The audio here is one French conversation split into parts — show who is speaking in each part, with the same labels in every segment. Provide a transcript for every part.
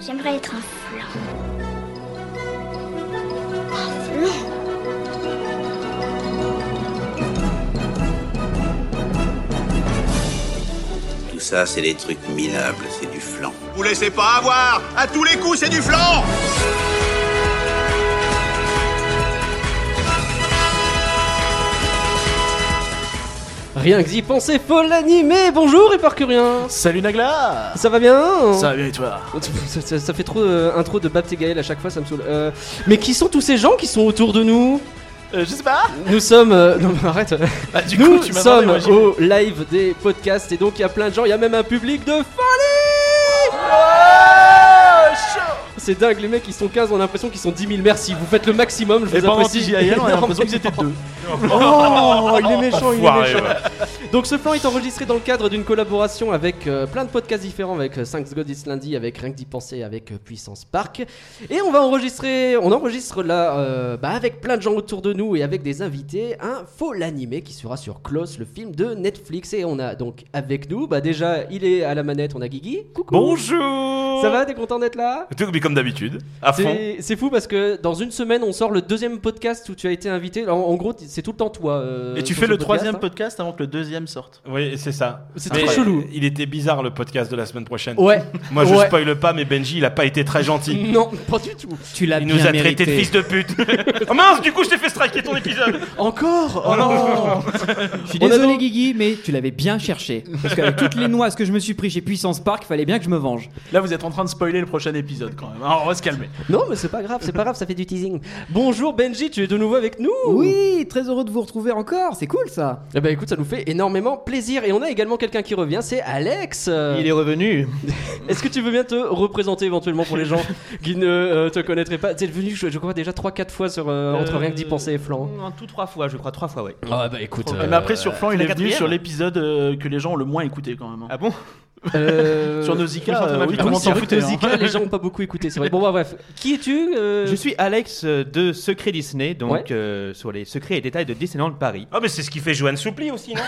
Speaker 1: J'aimerais être un flan. Un flan
Speaker 2: Tout ça, c'est des trucs minables, c'est du flan.
Speaker 3: Vous laissez pas avoir À tous les coups, c'est du flanc
Speaker 4: Rien que d'y penser, faut l'animer Bonjour et rien
Speaker 5: Salut Nagla
Speaker 4: Ça va bien
Speaker 5: Ça va bien et toi
Speaker 4: ça, ça- ça fait trop euh, intro de Bapt et Gaël à chaque fois, ça me saoule. Euh, mais qui sont tous ces gens qui sont autour de nous
Speaker 5: Euh, Je sais pas
Speaker 4: Nous sommes... euh, non mais arrête
Speaker 5: Bah du
Speaker 4: Nous
Speaker 5: coup tu m'as
Speaker 4: sommes
Speaker 5: demandé, moi,
Speaker 4: au live des podcasts et donc il y a plein de gens, il y a même un public de folie C'est dingue, les mecs ils sont 15, on a l'impression qu'ils sont 10 000, merci, vous faites le maximum, je
Speaker 5: j'ai- Et
Speaker 4: vous
Speaker 5: pendant
Speaker 4: apprécie
Speaker 5: TJIL on a l'impression qu'ils
Speaker 4: énormément.
Speaker 5: étaient deux
Speaker 4: Oh, il est méchant, il est
Speaker 6: Enfoiré,
Speaker 4: méchant. Donc ce plan est enregistré dans le cadre d'une collaboration avec euh, plein de podcasts différents, avec euh, Thanks God It's lundi, avec Rien que d'y penser, avec euh, Puissance Park. Et on va enregistrer, on enregistre là, euh, bah, avec plein de gens autour de nous et avec des invités, un faux l'animé qui sera sur Klaus, le film de Netflix. Et on a donc avec nous, bah déjà, il est à la manette, on a Guigui. Coucou.
Speaker 6: Bonjour
Speaker 4: Ça va, t'es content d'être là
Speaker 6: Tout mais comme d'habitude, à fond.
Speaker 4: c'est c'est fou parce que dans une semaine on sort le deuxième podcast où tu as été invité. En, en gros, t- c'est tout le temps toi. euh,
Speaker 5: Et tu
Speaker 4: sur
Speaker 5: fais
Speaker 4: ce
Speaker 5: le
Speaker 4: podcast,
Speaker 5: troisième
Speaker 4: hein.
Speaker 5: podcast avant que le deuxième sorte
Speaker 6: Oui, c'est ça.
Speaker 4: C'est
Speaker 6: Mais
Speaker 4: très chelou.
Speaker 6: Il était bizarre le podcast de la semaine prochaine.
Speaker 4: hein. Ouais.
Speaker 6: Moi je
Speaker 4: Ouais.
Speaker 6: spoil pas, mais Benji il a pas été très gentil.
Speaker 4: Non, pas du tout.
Speaker 7: Tu l'as
Speaker 6: Il
Speaker 7: bien
Speaker 6: nous a
Speaker 7: mérité.
Speaker 6: traité de fils de pute. oh mince, du coup je t'ai fait striker ton épisode.
Speaker 4: Encore Oh non
Speaker 7: Je suis
Speaker 4: On a
Speaker 7: désolé
Speaker 4: donc-
Speaker 7: Guigui, mais tu l'avais bien cherché. Parce qu'avec toutes les noises que je me suis pris chez Puissance Park, fallait bien que je me venge.
Speaker 5: Là vous êtes en train de spoiler le prochain épisode quand même, Alors, on va se calmer
Speaker 4: Non, mais c'est pas grave, c'est pas grave, ça fait du teasing. Bonjour Benji, tu es de nouveau avec nous
Speaker 7: Oui, très heureux de vous retrouver encore, c'est cool ça.
Speaker 4: Eh ben écoute, ça nous fait énormément plaisir. Et on a également quelqu'un qui revient, c'est Alex Euh,
Speaker 5: Il est revenu
Speaker 4: Est-ce que tu veux bien te représenter éventuellement pour les gens qui ne euh, te connaîtraient pas T'es venu, je, je crois, déjà 3-4 fois sur, euh, entre rien que d'y penser et flan.
Speaker 7: Euh,
Speaker 8: Un tout trois fois, je crois, trois fois, ouais.
Speaker 4: Ah bah écoute.
Speaker 5: Mais après sur Flan il
Speaker 8: la
Speaker 5: est venu
Speaker 8: quatrième
Speaker 5: sur l'épisode euh, que les gens ont le moins écouté quand même hein.
Speaker 8: Ah bon
Speaker 5: Sur nos
Speaker 8: je suis
Speaker 5: Zika,
Speaker 8: en train de
Speaker 5: euh, oui,
Speaker 8: m'appeler.
Speaker 5: tout le monde s'en
Speaker 4: sur
Speaker 5: foutait, hein.
Speaker 4: Zika, les gens ont pas beaucoup écouté, c'est vrai. Bon, bah, bref. Qui es-tu euh,
Speaker 8: Je suis Alex euh, de Secret Disney, donc
Speaker 4: Ouais.
Speaker 8: euh, sur les secrets et détails de Disneyland Paris.
Speaker 6: Ah mais c'est ce qui fait Johan Soupli aussi, non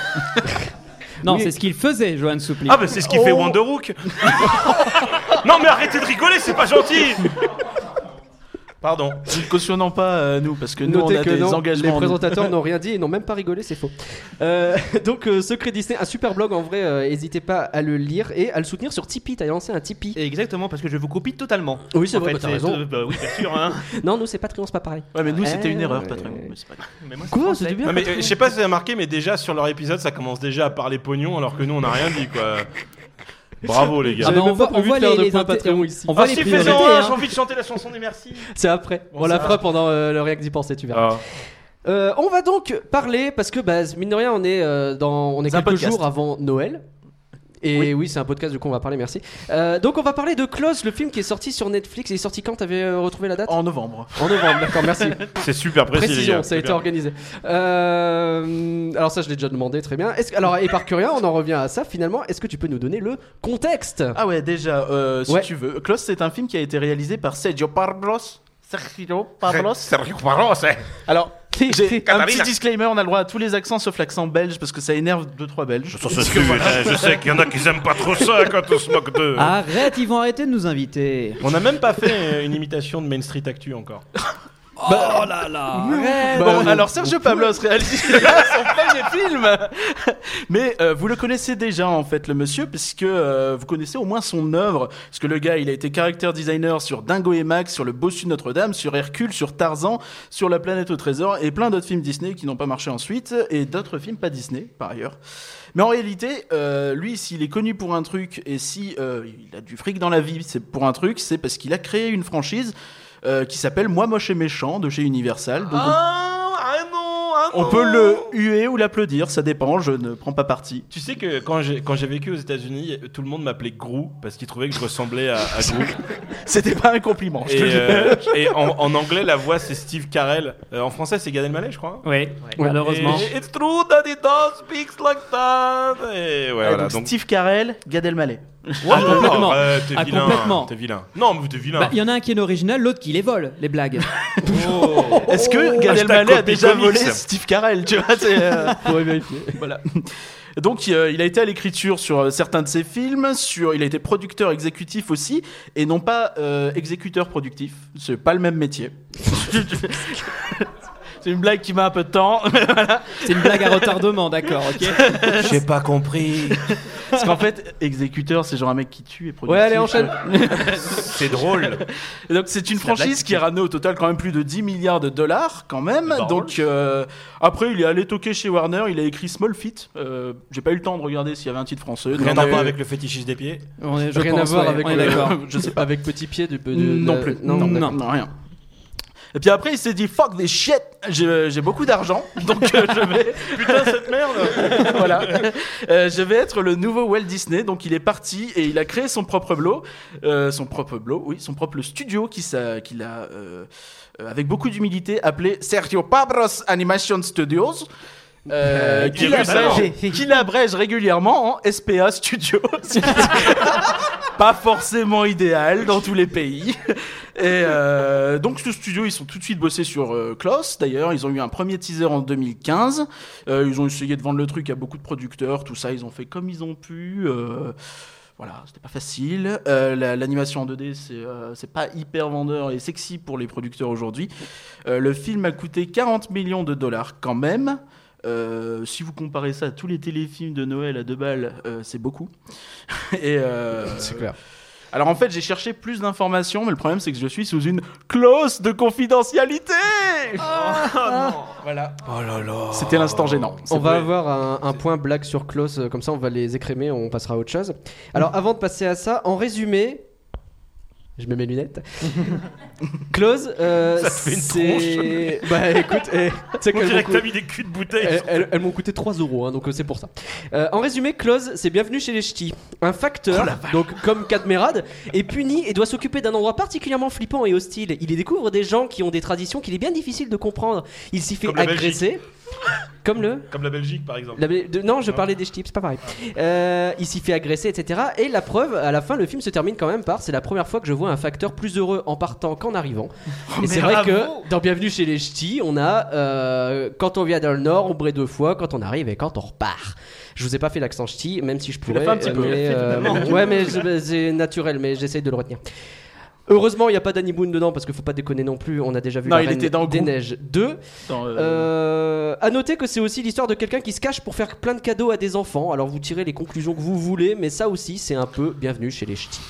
Speaker 7: Non,
Speaker 4: Oui.
Speaker 7: c'est ce qu'il faisait, Johan Soupli.
Speaker 6: Ah mais c'est ce qui
Speaker 8: Oh.
Speaker 6: fait Wanderook. non mais arrêtez de rigoler, c'est pas gentil. Pardon.
Speaker 5: Nous ne cautionnons pas euh, nous parce que nous
Speaker 4: Notez
Speaker 5: on a
Speaker 4: que
Speaker 5: des
Speaker 4: non,
Speaker 5: engagements
Speaker 4: les
Speaker 5: en nous.
Speaker 4: présentateurs n'ont rien dit et n'ont même pas rigolé, c'est faux. Euh, donc euh, Secret Disney, un super blog en vrai, euh, n'hésitez pas à le lire et à le soutenir sur Tipeee, t'as lancé un Tipeee.
Speaker 8: Et exactement, parce que je vous copie totalement.
Speaker 4: Oui, c'est
Speaker 8: En
Speaker 4: vrai,
Speaker 8: fait,
Speaker 4: bah, t'as
Speaker 8: c'est-
Speaker 4: raison.
Speaker 8: euh, bah oui, bien sûr, hein.
Speaker 4: Non, nous c'est Patreon, c'est pas pareil.
Speaker 5: Ouais mais nous c'était une
Speaker 4: Eh,
Speaker 5: erreur
Speaker 4: ouais.
Speaker 5: Patrick mais c'est pas grave.
Speaker 8: Mais moi, c'est
Speaker 7: Ah,
Speaker 4: Quoi,
Speaker 8: français.
Speaker 4: c'était bien
Speaker 6: Non mais euh, je sais pas si vous avez remarqué, mais déjà sur leur épisode ça commence déjà à parler pognon alors que nous on a rien dit quoi. Bravo les gars.
Speaker 7: Ah,
Speaker 4: J'avais
Speaker 7: bah, on
Speaker 4: même pas
Speaker 7: voit, on
Speaker 4: prévu
Speaker 7: voit
Speaker 4: de faire
Speaker 7: les,
Speaker 4: de
Speaker 7: les
Speaker 4: points
Speaker 7: inté-
Speaker 4: Patreon ici.
Speaker 7: on voit
Speaker 6: Ah,
Speaker 7: les
Speaker 6: si,
Speaker 7: priorités.
Speaker 6: fais-en un,
Speaker 7: hein.
Speaker 6: j'ai envie de chanter la chanson des merci.
Speaker 4: C'est après,
Speaker 6: Bon,
Speaker 4: on la
Speaker 6: ça
Speaker 4: fera pendant euh, le rien que d'y penser, tu
Speaker 7: Ah,
Speaker 4: verras. Euh, on va donc parler parce que bah, mine de rien, on est euh, dans on est
Speaker 5: C'est un
Speaker 4: quelques
Speaker 5: podcast.
Speaker 4: jours avant Noël. Et oui, c'est un podcast du coup on va parler, merci. Euh, donc on va parler de Klaus, le film qui est sorti sur Netflix. Il est sorti quand T'avais euh, retrouvé la date
Speaker 5: En novembre.
Speaker 4: En novembre, d'accord, merci.
Speaker 6: C'est super précis les
Speaker 4: Précision,
Speaker 6: gars.
Speaker 4: ça a été
Speaker 6: Super.
Speaker 4: organisé. Euh, alors ça, je l'ai déjà demandé, très bien. Est-ce que- alors, et par curieux, on en revient à ça finalement. Est-ce que tu peux nous donner le contexte
Speaker 5: Ah ouais, déjà, euh, si
Speaker 4: Ouais.
Speaker 5: tu veux. Klaus, c'est un film qui a été réalisé par Sergio Pablos. Sergio Pablos.
Speaker 6: Sergio Parlos, eh.
Speaker 5: Alors, j'ai un
Speaker 6: Catalina.
Speaker 5: petit disclaimer, on a le droit à tous les accents sauf l'accent belge parce que ça énerve deux trois belges.
Speaker 6: Sur ce sujet, je sais qu'il y en a qui aiment pas trop ça quand on se moque d'eux.
Speaker 7: Arrête, ils vont arrêter de nous inviter.
Speaker 6: On n'a même pas fait euh, une imitation de Main Street Actu encore.
Speaker 7: Oh là
Speaker 4: Ah,
Speaker 7: là.
Speaker 5: Bon, alors Sergio Pablos réalise son premier film. Mais euh, vous le connaissez déjà en fait le monsieur puisque euh, vous connaissez au moins son œuvre parce que le gars, il a été character designer sur Dingo et Max, sur le Bossu de Notre-Dame, sur Hercule, sur Tarzan, sur La planète au trésor et plein d'autres films Disney qui n'ont pas marché ensuite et d'autres films pas Disney par ailleurs. Mais en réalité, euh, lui, s'il est connu pour un truc et si euh, il a du fric dans la vie, c'est pour un truc, c'est parce qu'il a créé une franchise euh, qui s'appelle Moi moche et méchant de chez Universal. Donc, on-
Speaker 3: Ah,
Speaker 5: on peut le huer ou l'applaudir, ça dépend, je ne prends pas parti.
Speaker 6: Tu sais que quand j'ai quand j'ai vécu aux États-Unis, tout le monde m'appelait Grou parce qu'ils trouvaient que je ressemblais à, à Grou.
Speaker 5: C'était pas un compliment, je
Speaker 6: Et,
Speaker 5: te jure.
Speaker 6: euh, et en, en anglais, la voix c'est Steve Carell. Euh, en français, c'est Gad Elmaleh, je crois. hein.
Speaker 7: Ouais, malheureusement.
Speaker 6: Et It's true that it does speaks like that. Et ouais,
Speaker 5: Ouais,
Speaker 6: euh, voilà.
Speaker 5: donc
Speaker 6: Donc,
Speaker 5: Steve Carell, Gad Elmaleh.
Speaker 6: Ah,
Speaker 7: Ah, complètement.
Speaker 6: arrête, t'es
Speaker 7: Ah,
Speaker 6: vilain,
Speaker 7: complètement.
Speaker 6: T'es vilain. Non, mais t'es vilain.
Speaker 7: Bah, Il y en a un qui est original, l'autre qui les vole, les blagues.
Speaker 5: Est-ce que Gad
Speaker 6: Hashtag
Speaker 5: Elmaleh a
Speaker 6: copy
Speaker 5: déjà
Speaker 6: comics.
Speaker 5: volé Steve Carell Tu vois, c'est, euh,
Speaker 4: Faudrait vérifier.
Speaker 5: voilà. Donc euh, il a été à l'écriture sur euh, certains de ses films, sur il a été producteur exécutif aussi et non pas euh, exécuteur productif, c'est pas le même métier. c'est une blague qui met un peu de temps.
Speaker 7: C'est une blague à retardement, d'accord, ok
Speaker 6: J'ai pas compris.
Speaker 5: Parce qu'en fait, exécuteur, c'est genre un mec qui tue et productif.
Speaker 4: Ouais, allez, enchaîne.
Speaker 9: C'est drôle.
Speaker 5: Et Donc c'est une
Speaker 3: la
Speaker 5: franchise
Speaker 3: blague.
Speaker 5: qui a ramené au total quand même plus de 10 milliards de dollars quand même.
Speaker 9: Barbe.
Speaker 5: Donc euh, après il est allé toquer chez Warner, il a écrit Small Feet. Euh, J'ai pas eu le temps de regarder s'il y avait un titre français.
Speaker 6: Rien
Speaker 5: Donc,
Speaker 6: à
Speaker 5: euh,
Speaker 6: voir avec le fétichisme des pieds.
Speaker 7: On est- je
Speaker 4: Rien
Speaker 7: pense,
Speaker 4: à voir
Speaker 7: ouais,
Speaker 4: avec
Speaker 7: on est
Speaker 4: le-
Speaker 7: d'accord.
Speaker 5: je sais pas.
Speaker 4: Avec petit pied du peu de.
Speaker 5: non
Speaker 4: de-
Speaker 5: plus.
Speaker 4: Mm, Non,
Speaker 5: non,
Speaker 4: d'accord.
Speaker 5: non, rien. Et puis après il s'est dit fuck this shit, j'ai j'ai beaucoup d'argent donc euh, je vais
Speaker 9: Putain, cette merde.
Speaker 5: voilà. Euh, je vais être le nouveau Walt Disney. Donc il est parti et il a créé son propre blog, euh, son propre blog, oui, son propre studio qui s'a- qu'il a, euh, euh, avec beaucoup d'humilité, appelé Sergio Pabros Animation Studios. euh,
Speaker 9: il
Speaker 5: qu'il
Speaker 9: est russe, alors.
Speaker 5: abrège, qu'il abrège régulièrement en SPA Studios. Pas forcément idéal dans tous les pays. Et euh, donc ce studio, ils sont tout de suite bossés sur euh, Klaus. D'ailleurs, ils ont eu un premier teaser en 2015. Euh, ils ont essayé de vendre le truc à beaucoup de producteurs, tout ça. Ils ont fait comme ils ont pu. euh, voilà, c'était pas facile. Euh, la- L'animation en 2D, c'est euh, c'est pas hyper vendeur et sexy pour les producteurs aujourd'hui. Euh, le film a coûté 40 millions de dollars quand même. Euh, si vous comparez ça à tous les téléfilms de Noël à deux balles, euh, c'est beaucoup. et euh,
Speaker 4: C'est clair.
Speaker 5: alors en fait, j'ai cherché plus d'informations, mais le problème c'est que je suis sous une clause de confidentialité.
Speaker 3: Ah.
Speaker 5: Voilà.
Speaker 6: Oh là là.
Speaker 5: C'était l'instant gênant.
Speaker 4: On va avoir un, un point blague sur Klaus, euh, comme ça on va les écrémer, on passera à autre chose. Alors avant de passer à ça, en résumé, je mets mes lunettes. Klaus, euh,
Speaker 9: Ça te fait une
Speaker 4: c'est. Bah écoute, eh, tu sais
Speaker 9: On
Speaker 4: qu'elles
Speaker 9: dirait
Speaker 4: m'ont
Speaker 9: que
Speaker 4: coûté-
Speaker 9: t'as mis des culs de bouteille.
Speaker 4: elles- elles- elles m'ont coûté 3 euros, hein, donc euh, c'est pour ça. Euh, en résumé, Klaus, c'est bienvenu chez les ch'tis. Un
Speaker 9: Oh,
Speaker 4: facteur, donc comme Cadmerade, est puni et doit s'occuper d'un endroit particulièrement flippant et hostile. Il y découvre des gens qui ont des traditions qu'il est bien difficile de comprendre. Il s'y fait
Speaker 9: Comme la Belgique.
Speaker 4: agresser. Comme le.
Speaker 9: Comme la Belgique, par exemple.
Speaker 4: La bla- de- non, je parlais des ch'tis, c'est pas pareil. Euh, il s'y fait agresser, etc. Et la preuve, à la fin, le film se termine quand même par c'est la première fois que je vois un facteur plus heureux en partant qu'en arrivant.
Speaker 5: Oh,
Speaker 4: et c'est vrai que dans Bienvenue chez les ch'tis, on a euh, quand on vient dans le Nord, on brille deux fois, quand on arrive et quand on repart. Je vous ai pas fait l'accent ch'ti, même si je pourrais.
Speaker 5: l'as fait un petit
Speaker 4: euh,
Speaker 5: peu.
Speaker 4: mais,
Speaker 5: Tu l'as fait
Speaker 4: euh, ouais, mais je- c'est naturel, mais j'essaye de le retenir. Heureusement, il n'y a pas d'Annie Boone dedans parce qu'il faut pas déconner non plus. On a déjà vu
Speaker 5: Non,
Speaker 4: la
Speaker 5: il
Speaker 4: Reine
Speaker 5: était dans
Speaker 4: des
Speaker 5: Gru.
Speaker 4: Neiges 2.
Speaker 5: Dans, euh,
Speaker 4: Euh, à noter que c'est aussi l'histoire de quelqu'un qui se cache pour faire plein de cadeaux à des enfants. Alors vous tirez les conclusions que vous voulez, mais ça aussi c'est un peu bienvenue chez les ch'tis.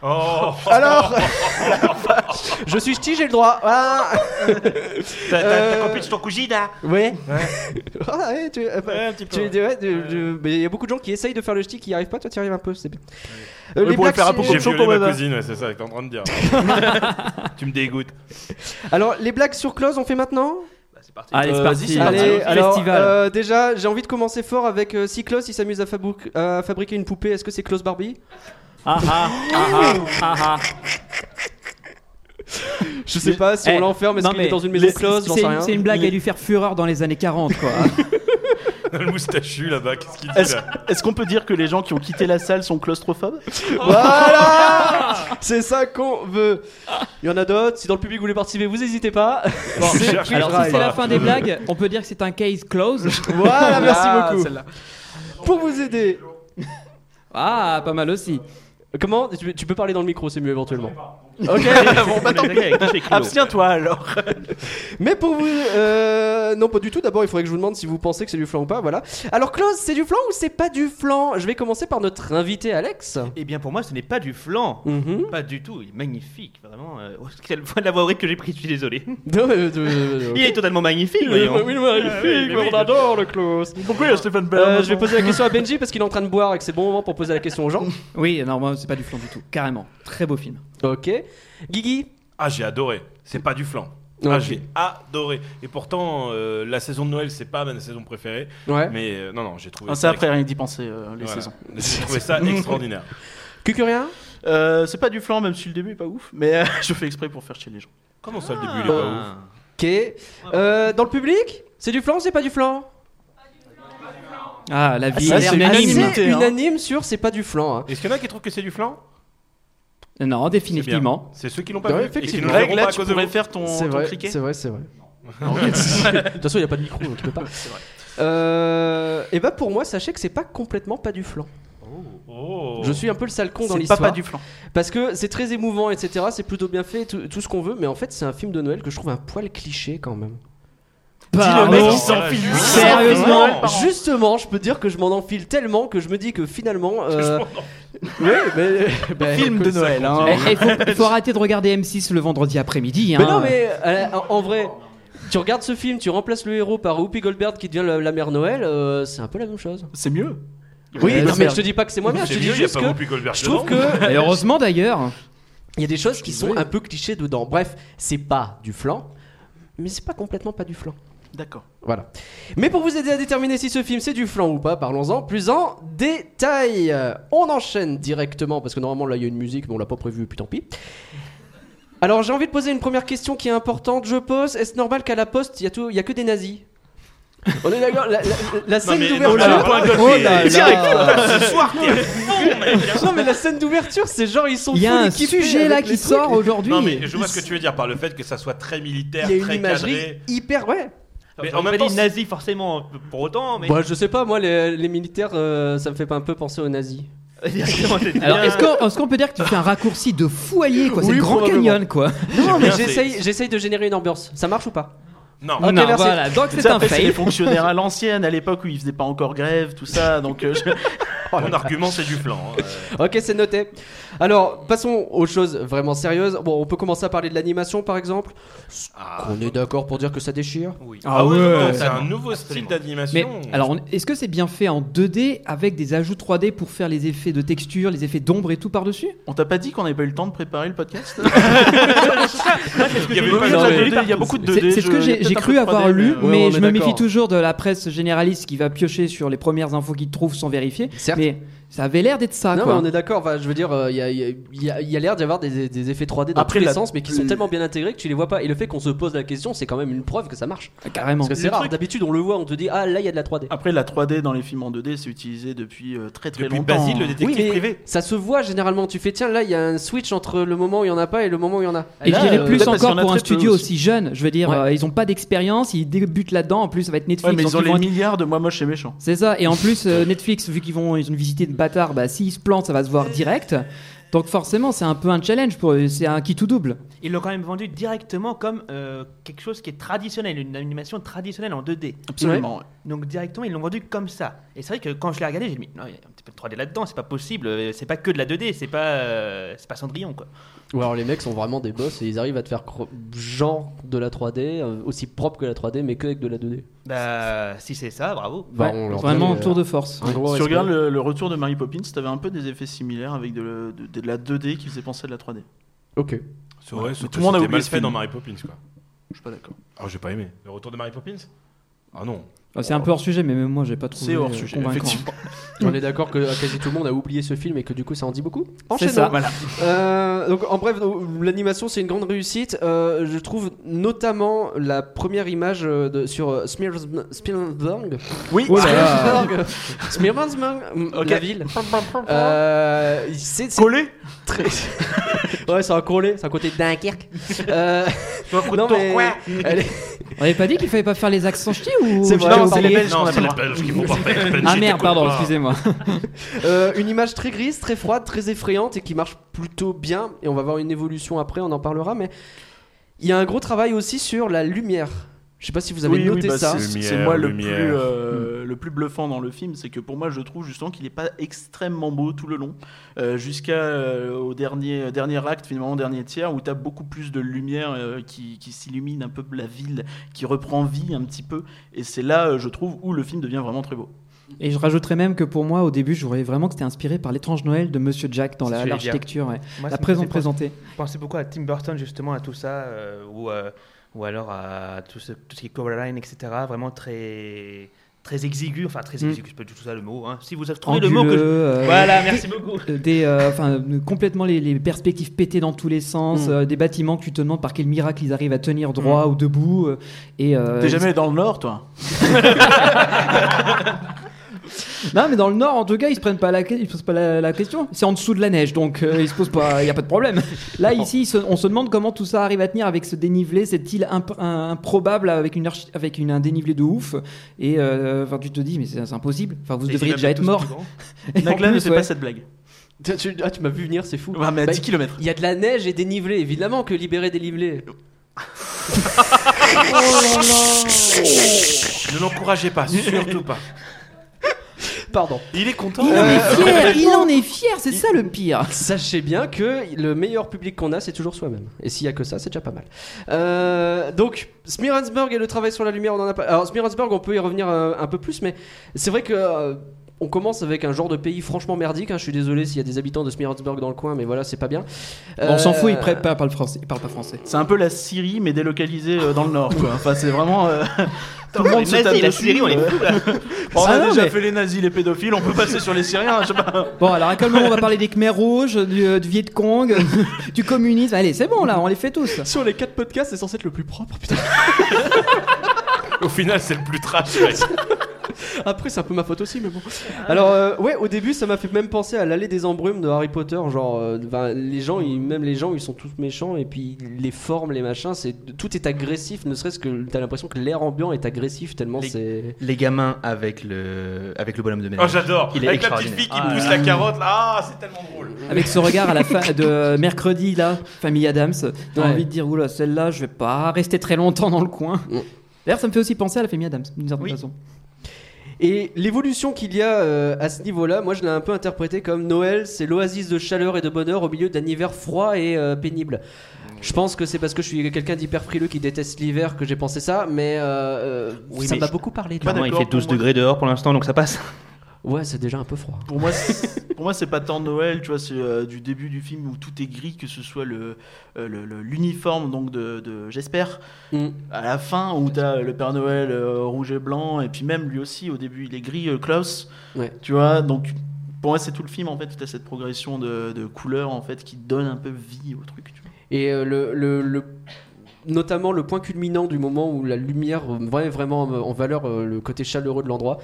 Speaker 9: Oh,
Speaker 5: Alors,
Speaker 4: Je suis ch'ti, j'ai le droit. Ah
Speaker 9: t'as t'as-
Speaker 4: Euh,
Speaker 9: t'as compris de ton cousine, hein
Speaker 4: ouais. Ah ouais, tu- euh,
Speaker 9: Ouais, un petit peu,
Speaker 4: tu-
Speaker 9: ouais.
Speaker 4: ouais, tu- tu- mais il y a beaucoup de gens qui essayent de faire le ch'ti qui n'y arrivent pas. Toi, tu arrives un peu, c'est bien. Euh,
Speaker 5: Oui, pour le
Speaker 4: Blacks-
Speaker 5: faire à Poco-
Speaker 9: J'ai
Speaker 5: Comme chaud
Speaker 9: violé
Speaker 5: comme
Speaker 9: ma
Speaker 5: un-
Speaker 9: cousine, ouais, c'est ça que t'es en train de dire. tu me dégoûtes.
Speaker 4: Alors les blagues sur Close, on fait maintenant.
Speaker 7: Allez, c'est
Speaker 5: Euh,
Speaker 7: parti.
Speaker 5: vas-y, c'est parti.
Speaker 4: Allez,
Speaker 7: Allez,
Speaker 4: alors
Speaker 7: festival.
Speaker 4: euh, déjà, j'ai envie de commencer fort avec euh, si Klaus il s'amuse à, fabou- à fabriquer une poupée, est-ce que c'est Klaus Barbie
Speaker 7: Ah ah, ah ah, ah
Speaker 4: Je sais pas si
Speaker 7: Eh,
Speaker 4: on l'enferme, est-ce
Speaker 7: non,
Speaker 4: qu'il est
Speaker 7: mais
Speaker 4: dans une maison
Speaker 7: c'est-
Speaker 4: close, j'en
Speaker 7: c'est
Speaker 4: sais
Speaker 7: une-
Speaker 4: rien.
Speaker 7: C'est une blague à lui faire fureur dans les années 40, quoi.
Speaker 9: Le moustachu là-bas, qu'est-ce qu'il dit
Speaker 5: est-ce
Speaker 9: là
Speaker 5: est-ce qu'on peut dire que les gens qui ont quitté la salle sont claustrophobes
Speaker 4: Voilà C'est ça qu'on veut Il y en a d'autres, si dans le public vous voulez participer, vous n'hésitez pas.
Speaker 9: Je cherche
Speaker 7: Alors,
Speaker 4: Ah,
Speaker 9: la
Speaker 7: si c'est la fin des blagues, on peut dire que c'est un case close.
Speaker 4: Voilà, merci
Speaker 5: Ah,
Speaker 4: beaucoup.
Speaker 5: celle-là.
Speaker 4: Pour vous aider,
Speaker 7: Ah, pas mal aussi.
Speaker 4: comment tu, tu peux parler dans le micro, c'est mieux éventuellement.
Speaker 5: bon, bah, tant pis. Abstiens-toi alors.
Speaker 4: Mais pour vous, euh, non pas du tout. D'abord, il faudrait que je vous demande si vous pensez que c'est du flan ou pas. Voilà. Alors, Klaus, c'est du flan ou c'est pas du flan Je vais commencer par notre invité Alex.
Speaker 3: Eh bien, pour moi, ce n'est pas du flan.
Speaker 4: Mhm.
Speaker 3: Pas du tout, il est magnifique, vraiment. euh, oh, quelle voix de la voix que j'ai prise, je suis désolé.
Speaker 4: Non, euh, euh,
Speaker 3: Il est totalement magnifique, voyons. Ah,
Speaker 4: Oui, magnifique, on adore le Klaus.
Speaker 5: Pourquoi Stéphane
Speaker 4: Euh, je vais poser la question à Benji parce qu'il est en train de boire et que c'est bon moment pour poser la question aux gens.
Speaker 7: Oui, non, moi, c'est pas du flan du tout. Carrément. Très beau film.
Speaker 4: Ok. Guigui
Speaker 9: Ah, j'ai adoré. C'est pas du flan.
Speaker 4: Ok.
Speaker 9: Ah, j'ai adoré. Et pourtant, euh, la saison de Noël, c'est pas ma saison préférée.
Speaker 4: Ouais.
Speaker 9: Mais euh, non, non, j'ai trouvé
Speaker 5: Ah, C'est
Speaker 9: ça.
Speaker 5: après rien que d'y penser, euh, les
Speaker 9: voilà.
Speaker 5: saisons.
Speaker 9: J'ai trouvé ça extraordinaire.
Speaker 4: Cucurien
Speaker 5: Euh, c'est pas du flan, même si le début est pas ouf, mais euh, je fais exprès pour faire chier les gens.
Speaker 9: Comment ça, le début, il est pas ouf
Speaker 4: Ok. Euh, dans le public C'est du flan ou c'est pas du flan
Speaker 7: Ah, la vie
Speaker 5: ça,
Speaker 7: a
Speaker 5: c'est
Speaker 7: l'air
Speaker 5: unanime.
Speaker 7: unanime.
Speaker 4: C'est
Speaker 5: hein.
Speaker 4: unanime sur c'est pas du flan. hein.
Speaker 9: Est-ce qu'il y en a qui trouvent que c'est du flan
Speaker 7: Non,
Speaker 9: C'est bien.
Speaker 7: définitivement.
Speaker 9: C'est ceux qui l'ont pas
Speaker 4: Ouais,
Speaker 9: vu. Et qui ne
Speaker 4: effectivement.
Speaker 9: le
Speaker 5: Greg,
Speaker 9: verront
Speaker 5: là,
Speaker 9: pas à
Speaker 5: tu
Speaker 9: cause de
Speaker 5: pourrais
Speaker 9: vous.
Speaker 5: faire ton,
Speaker 4: C'est
Speaker 5: ton
Speaker 4: vrai,
Speaker 5: criquet.
Speaker 4: c'est vrai, c'est vrai. Non, mais- De toute façon, il n'y a pas de micro, donc tu peux pas. et bah pour moi, sachez que c'est pas complètement pas du flan.
Speaker 9: Oh.
Speaker 4: Je suis un peu le sale con dans
Speaker 5: C'est pas
Speaker 4: l'histoire.
Speaker 5: pas du flan.
Speaker 4: Parce que c'est très émouvant, etc. C'est plutôt bien fait, tout, tout ce qu'on veut. Mais en fait, c'est un film de Noël que je trouve un poil cliché quand même.
Speaker 7: Pardon.
Speaker 9: mec, il s'enfile
Speaker 7: Oui,
Speaker 9: huit cents
Speaker 7: sérieusement.
Speaker 9: Noël par an.
Speaker 4: Justement, je peux dire que je m'en enfile tellement que je me dis que finalement. euh, oui, mais. bah,
Speaker 5: Film de Noël. hein.
Speaker 7: Eh, eh, faut, faut arrêter de regarder M6 le vendredi après-midi.
Speaker 4: Mais
Speaker 7: hein.
Speaker 4: non, mais euh, en- en vrai, tu regardes ce film, tu remplaces le héros par Whoopi Goldberg qui devient la, la mère Noël, euh, c'est un peu la même chose.
Speaker 5: C'est mieux.
Speaker 4: Oui,
Speaker 7: Euh,
Speaker 4: non, mais
Speaker 7: merde.
Speaker 4: je te dis pas que c'est moi bien, je
Speaker 9: C'est
Speaker 4: te dis
Speaker 9: mieux, il y a
Speaker 4: juste
Speaker 9: pas
Speaker 4: que
Speaker 9: Whoopi Goldberg
Speaker 4: je trouve
Speaker 9: dedans.
Speaker 4: que
Speaker 7: Et heureusement d'ailleurs.
Speaker 4: il y a des choses qui sont un peu clichés dedans. Bref, c'est pas du flan, mais c'est pas complètement pas du flan.
Speaker 5: D'accord.
Speaker 4: Voilà. Mais pour vous aider à déterminer si ce film c'est du flan ou pas, parlons-en plus en détail. Euh, On enchaîne directement parce que normalement là il y a une musique mais on l'a pas prévu puis tant pis. Alors j'ai envie de poser une première question qui est importante. Je pose est-ce normal qu'à la poste il y a tout, il y a que des nazis On est d'accord. La, la- la scène
Speaker 9: mais-
Speaker 4: d'ouverture.
Speaker 9: non, mais- Point de
Speaker 7: Oh
Speaker 9: vue.
Speaker 7: là là.
Speaker 4: Non, mais la scène d'ouverture c'est genre ils sont.
Speaker 7: Il y a
Speaker 4: full
Speaker 7: un
Speaker 4: équipés
Speaker 7: sujet
Speaker 4: avec
Speaker 7: là
Speaker 4: les
Speaker 7: qui
Speaker 4: trucs.
Speaker 7: sort aujourd'hui.
Speaker 9: Non, mais je vois ce que tu veux dire par le fait que ça soit très militaire,
Speaker 4: Il y a une
Speaker 9: très
Speaker 4: imagerie
Speaker 9: cadré.
Speaker 4: hyper ouais.
Speaker 9: Mais
Speaker 3: Mais
Speaker 9: en
Speaker 3: en
Speaker 9: même temps,
Speaker 3: dit
Speaker 9: c'est-
Speaker 3: nazi forcément pour autant, mais
Speaker 4: Bah, je sais pas moi les, les militaires euh, ça me fait pas un peu penser aux nazis.
Speaker 3: Directement, c'est
Speaker 7: Alors,
Speaker 3: bien.
Speaker 7: est-ce qu'on, est-ce qu'on peut dire que tu fais un raccourci de foyer, quoi C'est
Speaker 4: Oui,
Speaker 7: le Grand
Speaker 4: probablement.
Speaker 7: Canyon, quoi.
Speaker 4: Non mais
Speaker 9: Eh bien, c'est-
Speaker 4: j'essaye j'essaye de générer une ambiance. Ça marche ou pas
Speaker 9: Non.
Speaker 4: Ok,
Speaker 7: non,
Speaker 4: merci.
Speaker 7: voilà, donc c'est
Speaker 5: Ça,
Speaker 7: un
Speaker 5: après, C'est les
Speaker 7: fail.
Speaker 5: fonctionnaires à l'ancienne, à l'époque où ils faisaient pas encore grève, tout ça. Donc, euh, je-
Speaker 9: Mon argument, c'est du flan. hein. Euh,
Speaker 4: Ok, c'est noté. Alors, passons aux choses vraiment sérieuses. Bon, on peut commencer à parler de l'animation, par exemple. On est d'accord pour dire que ça déchire
Speaker 9: oui.
Speaker 7: Ah ouais.
Speaker 9: non, C'est un nouveau style
Speaker 3: Absolument.
Speaker 7: Mais
Speaker 9: d'animation.
Speaker 7: alors, on- est-ce que c'est bien fait en 2D avec des ajouts 3D pour faire les effets de texture, les effets d'ombre et tout par-dessus
Speaker 5: on t'a pas dit qu'on avait pas eu le temps de préparer le podcast
Speaker 9: il y avait
Speaker 5: Oui,
Speaker 9: pas
Speaker 5: il y a
Speaker 9: de-
Speaker 5: de la 2D, il y a beaucoup de 2D.
Speaker 7: C'est, c'est ce
Speaker 5: je-
Speaker 7: que
Speaker 5: il y a
Speaker 7: j'ai,
Speaker 5: peut-être
Speaker 7: j'ai
Speaker 5: un
Speaker 7: cru
Speaker 5: peu de
Speaker 7: avoir
Speaker 5: 3D,
Speaker 7: lu,
Speaker 5: euh,
Speaker 7: mais,
Speaker 4: ouais, on est
Speaker 7: je me
Speaker 4: d'accord.
Speaker 7: méfie toujours de la presse généraliste qui va piocher sur les premières infos qu'il trouve sans vérifier.
Speaker 4: Certes.
Speaker 7: Mais ça avait l'air d'être ça,
Speaker 4: Non, mais
Speaker 7: quoi.
Speaker 4: on est d'accord. Enfin, je veux dire, euh, il y a, il y a- il y a- il y a l'air d'y avoir des, des effets 3D dans
Speaker 5: Après,
Speaker 4: tous les
Speaker 5: la-
Speaker 4: sens, mais qui sont tellement bien intégrés que tu les vois pas. Et le fait qu'on se pose la question, c'est quand même une preuve que ça marche.
Speaker 7: Carrément.
Speaker 4: Parce que c'est
Speaker 5: Le
Speaker 4: rare.
Speaker 5: truc-
Speaker 4: D'habitude, on le voit, on te dit, ah là, il y a de la 3D.
Speaker 5: Après, la 3D dans les films en 2D, c'est utilisé depuis euh, très très
Speaker 9: Depuis
Speaker 5: longtemps.
Speaker 9: Basile, le
Speaker 4: Oui,
Speaker 9: détective
Speaker 4: mais
Speaker 9: privé.
Speaker 4: ça se voit généralement. Tu fais, tiens, là, il y a un switch entre le moment où il y en a pas et le moment où il y en a.
Speaker 7: Et
Speaker 4: Là,
Speaker 7: je dirais
Speaker 4: euh,
Speaker 7: plus
Speaker 5: peut-être parce qu'il y
Speaker 7: encore
Speaker 5: en a
Speaker 7: pour un
Speaker 5: très peu
Speaker 7: studio
Speaker 5: aussi.
Speaker 7: aussi jeune. Je veux dire,
Speaker 4: Ouais.
Speaker 7: euh, ils ont pas d'expérience, ils débutent là-dedans. En plus, ça va être Netflix.
Speaker 5: Ouais, mais
Speaker 7: donc
Speaker 5: ils ont
Speaker 7: ils
Speaker 5: les
Speaker 7: vont être-
Speaker 5: milliards de moi moche et méchant.
Speaker 7: C'est ça. Et en plus, euh, Netflix, vu qu'ils vont, ils ont une visite de bâtard, bah, s'ils se plantent, ça va se voir direct. Donc forcément, c'est un peu un challenge pour eux. C'est un qui tout double.
Speaker 3: Ils l'ont quand même vendu directement comme euh, quelque chose qui est traditionnel, une animation traditionnelle en 2D.
Speaker 5: Absolument. ouais.
Speaker 3: Donc directement, ils l'ont vendu comme ça. Et c'est vrai que quand je l'ai regardé, j'ai dit, non, il y a un petit peu de 3D là-dedans, c'est pas possible, euh, c'est pas que de la 2D, c'est pas, euh, c'est pas Cendrillon quoi.
Speaker 4: Ou alors les mecs sont vraiment des boss et ils arrivent à te faire cro- genre de la 3D, euh, aussi propre que la 3D, mais que avec de la 2D.
Speaker 3: Bah, si c'est ça, bravo.
Speaker 4: Bah,
Speaker 7: Ouais,
Speaker 4: on leur
Speaker 7: vraiment
Speaker 4: donne, euh,
Speaker 7: tour de force.
Speaker 4: un gros
Speaker 5: Si
Speaker 4: respect.
Speaker 5: tu regardes le, le retour de Mary Poppins, t'avais un peu des effets similaires avec de, de- de la 2D qui faisait penser à de la 3D.
Speaker 4: Ok.
Speaker 6: C'est vrai, sauf
Speaker 5: Mais
Speaker 6: que
Speaker 5: tout le monde a
Speaker 6: c'était
Speaker 5: oublié
Speaker 6: mal
Speaker 5: ce
Speaker 6: fait
Speaker 5: film.
Speaker 6: dans Mary Poppins, quoi.
Speaker 5: Je suis pas d'accord.
Speaker 6: Ah, j'ai pas aimé.
Speaker 9: Le retour de Mary Poppins
Speaker 6: Ah non.
Speaker 7: Ah, C'est un peu hors sujet, mais même moi, j'ai pas trouvé
Speaker 5: C'est hors
Speaker 7: euh,
Speaker 5: sujet,
Speaker 7: convaincant.
Speaker 5: effectivement.
Speaker 4: On est d'accord que euh, quasi tout le monde a oublié ce film et que du coup ça en dit beaucoup.
Speaker 7: C'est
Speaker 4: Enchaînons.
Speaker 7: ça.
Speaker 4: Euh, donc en bref, donc, l'animation c'est une grande réussite. Euh, je trouve notamment la première image euh, de, sur euh, Smearsm- Spielberg.
Speaker 5: Oui, ah,
Speaker 4: Oh Spielberg.
Speaker 5: c'est
Speaker 4: Smearsberg, mm,
Speaker 5: Ok.
Speaker 4: la ville. Euh, c'est c'est
Speaker 5: collé.
Speaker 4: très. ouais, c'est un collé, c'est un côté Dunkerque. Euh, non, mais elle est-
Speaker 7: On avait pas dit qu'il fallait pas faire les accents ch'tis ou
Speaker 4: C'est
Speaker 7: j'ai
Speaker 4: vrai,
Speaker 7: pas
Speaker 4: c'est
Speaker 7: oublié
Speaker 4: les
Speaker 9: Non, c'est les Belges qui vont pas faire.
Speaker 7: Ah merde, pardon, excusez-moi.
Speaker 4: Euh, une image très grise, très froide, très effrayante et qui marche plutôt bien. Et on va voir une évolution après, on en parlera. Mais il y a un gros travail aussi sur la lumière. Je sais pas si vous avez
Speaker 5: Oui, oui,
Speaker 4: noté
Speaker 5: bah,
Speaker 4: ça. Hmm.
Speaker 5: c'est- C'est
Speaker 6: Lumière,
Speaker 5: c'est moi le
Speaker 6: lumière.
Speaker 5: plus, euh, le plus bluffant dans le film, c'est que pour moi, je trouve justement qu'il n'est pas extrêmement beau tout le long, euh, jusqu'à euh, au dernier euh, dernier acte finalement, au dernier tiers, où tu as beaucoup plus de lumière euh, qui, qui s'illumine un peu la ville, qui reprend vie un petit peu, et c'est là, euh, je trouve, où le film devient vraiment très beau.
Speaker 7: Et je rajouterais même que pour moi, au début, je voyais vraiment que c'était inspiré par l'étrange Noël de Monsieur Jack dans
Speaker 3: C'est ce
Speaker 7: la-
Speaker 3: que j'allais
Speaker 7: l'architecture. ouais.
Speaker 3: Moi,
Speaker 7: La
Speaker 3: ça me
Speaker 7: présente
Speaker 3: faisait penser-
Speaker 7: présentée.
Speaker 3: Pensez beaucoup à Tim Burton justement à tout ça euh, ou euh, ou alors à tout ce, tout ce qui est Coraline etc vraiment très très exigu enfin très
Speaker 7: Mm.
Speaker 3: exigu c'est pas du tout ça le mot hein. si vous avez trouvé le mot que
Speaker 7: Anguleux,
Speaker 3: je...
Speaker 7: euh,
Speaker 3: voilà merci beaucoup
Speaker 7: euh, Des, euh, enfin, euh, complètement les, les perspectives pétées dans tous les sens,
Speaker 4: Mm.
Speaker 7: euh, des bâtiments que tu te demandes par quel miracle ils arrivent à tenir droit ou debout. euh, et euh,
Speaker 5: T'es jamais dans le nord, toi
Speaker 7: Non, mais dans le Nord, en tout cas, ils se prennent pas la, que- ils se posent pas la, la question. C'est en dessous de la neige, donc euh, ils se posent pas. Il y a pas de problème. Là, ici, se- on se demande comment tout ça arrive à tenir avec ce dénivelé, cette île imp- un- improbable avec une archi- avec une, un dénivelé de ouf. Et euh, enfin, tu te dis, mais c'est c'est impossible. Enfin, vous
Speaker 3: Les
Speaker 7: devriez
Speaker 3: immeubles
Speaker 7: déjà être
Speaker 3: tous
Speaker 7: mort.
Speaker 3: plus grands.
Speaker 5: Nagla ne fait pas cette blague.
Speaker 4: Tu- tu- Ah, tu m'as vu venir, c'est fou.
Speaker 5: Ouais, mais à
Speaker 4: Bah,
Speaker 5: 10 km.
Speaker 4: Il y a de la neige et des nivelés, évidemment que libérer des nivelés.
Speaker 5: Ne l'encouragez pas, surtout pas.
Speaker 4: Pardon.
Speaker 5: Il est content.
Speaker 7: Il en est fier. Il en est fier. C'est ça le pire.
Speaker 4: Sachez bien que le meilleur public qu'on a, c'est toujours soi-même. Et s'il y a que ça, c'est déjà pas mal. Euh, donc, Smirensburg et le travail sur la lumière, on en a pas. Alors, Smirensburg, on peut y revenir euh, un peu plus, mais c'est vrai que. euh, on commence avec un genre de pays franchement merdique. hein. Je suis désolé s'il y a des habitants de Smirensburg dans le coin, mais voilà, c'est pas bien.
Speaker 7: On s'en fout.
Speaker 4: Euh,
Speaker 7: Il parle pas le français. Il parle pas français.
Speaker 5: C'est un peu la Syrie, mais délocalisée euh, dans le Nord, quoi. Enfin, c'est vraiment. euh, Tout le
Speaker 3: on est
Speaker 5: monde se
Speaker 3: nazis,
Speaker 5: tape
Speaker 3: la
Speaker 5: dessus,
Speaker 3: Syrie, on est
Speaker 5: euh. Bon, on
Speaker 7: Ah
Speaker 5: a
Speaker 7: non,
Speaker 5: déjà
Speaker 7: mais-
Speaker 5: fait les nazis, les pédophiles, on peut passer sur les Syriens, je sais pas.
Speaker 7: Bon, alors à quel moment on va parler des Khmers rouges, du, euh, du Viet Cong, du communisme Allez, c'est bon là, on les fait tous.
Speaker 4: Sur les quatre podcasts, c'est censé être le plus propre, putain.
Speaker 9: Au final, c'est le plus trash. ouais.
Speaker 4: Après, c'est un peu ma faute aussi, mais bon. Alors, euh, ouais, au début, ça m'a fait même penser à l'allée des embrumes de Harry Potter. Genre, euh, ben, les gens, ils- même les gens, ils sont tous méchants, et puis les formes, les machins, c'est tout est agressif, ne serait-ce que t'as l'impression que l'air ambiant est agressif tellement
Speaker 3: Les-
Speaker 4: c'est.
Speaker 3: Les gamins avec le, avec le bonhomme de
Speaker 9: Oh,
Speaker 3: ménage.
Speaker 9: j'adore.
Speaker 3: Il est
Speaker 9: Avec la petite fille
Speaker 3: extraordinaire.
Speaker 9: qui
Speaker 3: Ah,
Speaker 9: pousse
Speaker 3: là,
Speaker 9: la carotte, là. Ah, c'est tellement drôle.
Speaker 7: Avec ce regard à la fin de mercredi là, famille Adams, t'as
Speaker 4: Ouais.
Speaker 7: envie de dire oula, celle-là, je vais pas rester très longtemps dans le coin.
Speaker 4: Mm.
Speaker 7: D'ailleurs, ça me fait aussi penser à la famille Adams, d'une certaine
Speaker 3: Oui.
Speaker 4: Ah
Speaker 7: façon.
Speaker 4: Et l'évolution qu'il y a euh, à ce niveau-là, moi, je l'ai un peu interprété comme Noël, c'est l'oasis de chaleur et de bonheur au milieu d'un hiver froid et euh, pénible. Je pense que c'est parce que je suis quelqu'un d'hyper frileux qui déteste l'hiver que j'ai pensé ça, mais euh, euh,
Speaker 3: Oui,
Speaker 4: ça
Speaker 3: mais
Speaker 4: m'a
Speaker 3: je-
Speaker 4: beaucoup parlé. de
Speaker 5: Pas
Speaker 4: l'hiver.
Speaker 3: Clairement, il
Speaker 5: d'accord
Speaker 3: fait 12
Speaker 5: pour moi.
Speaker 3: degrés dehors pour l'instant, donc ça passe.
Speaker 4: Ouais, c'est déjà un peu froid.
Speaker 5: Pour moi, c'est- pour moi, c'est pas tant Noël, tu vois, c'est euh, du début du film où tout est gris, que ce soit le euh, le- le- l'uniforme donc de, de j'espère
Speaker 4: Mm.
Speaker 5: à la fin où t'as euh, le Père Noël euh, rouge et blanc et puis même lui aussi au début il est gris euh, Klaus,
Speaker 4: Ouais.
Speaker 5: tu vois donc pour moi c'est tout le film en fait toute cette progression de, de couleurs en fait qui donne un peu vie au truc. tu vois.
Speaker 4: Et euh, le, le- le- notamment le point culminant du moment où la lumière met vraiment en- en valeur euh, le côté chaleureux de l'endroit,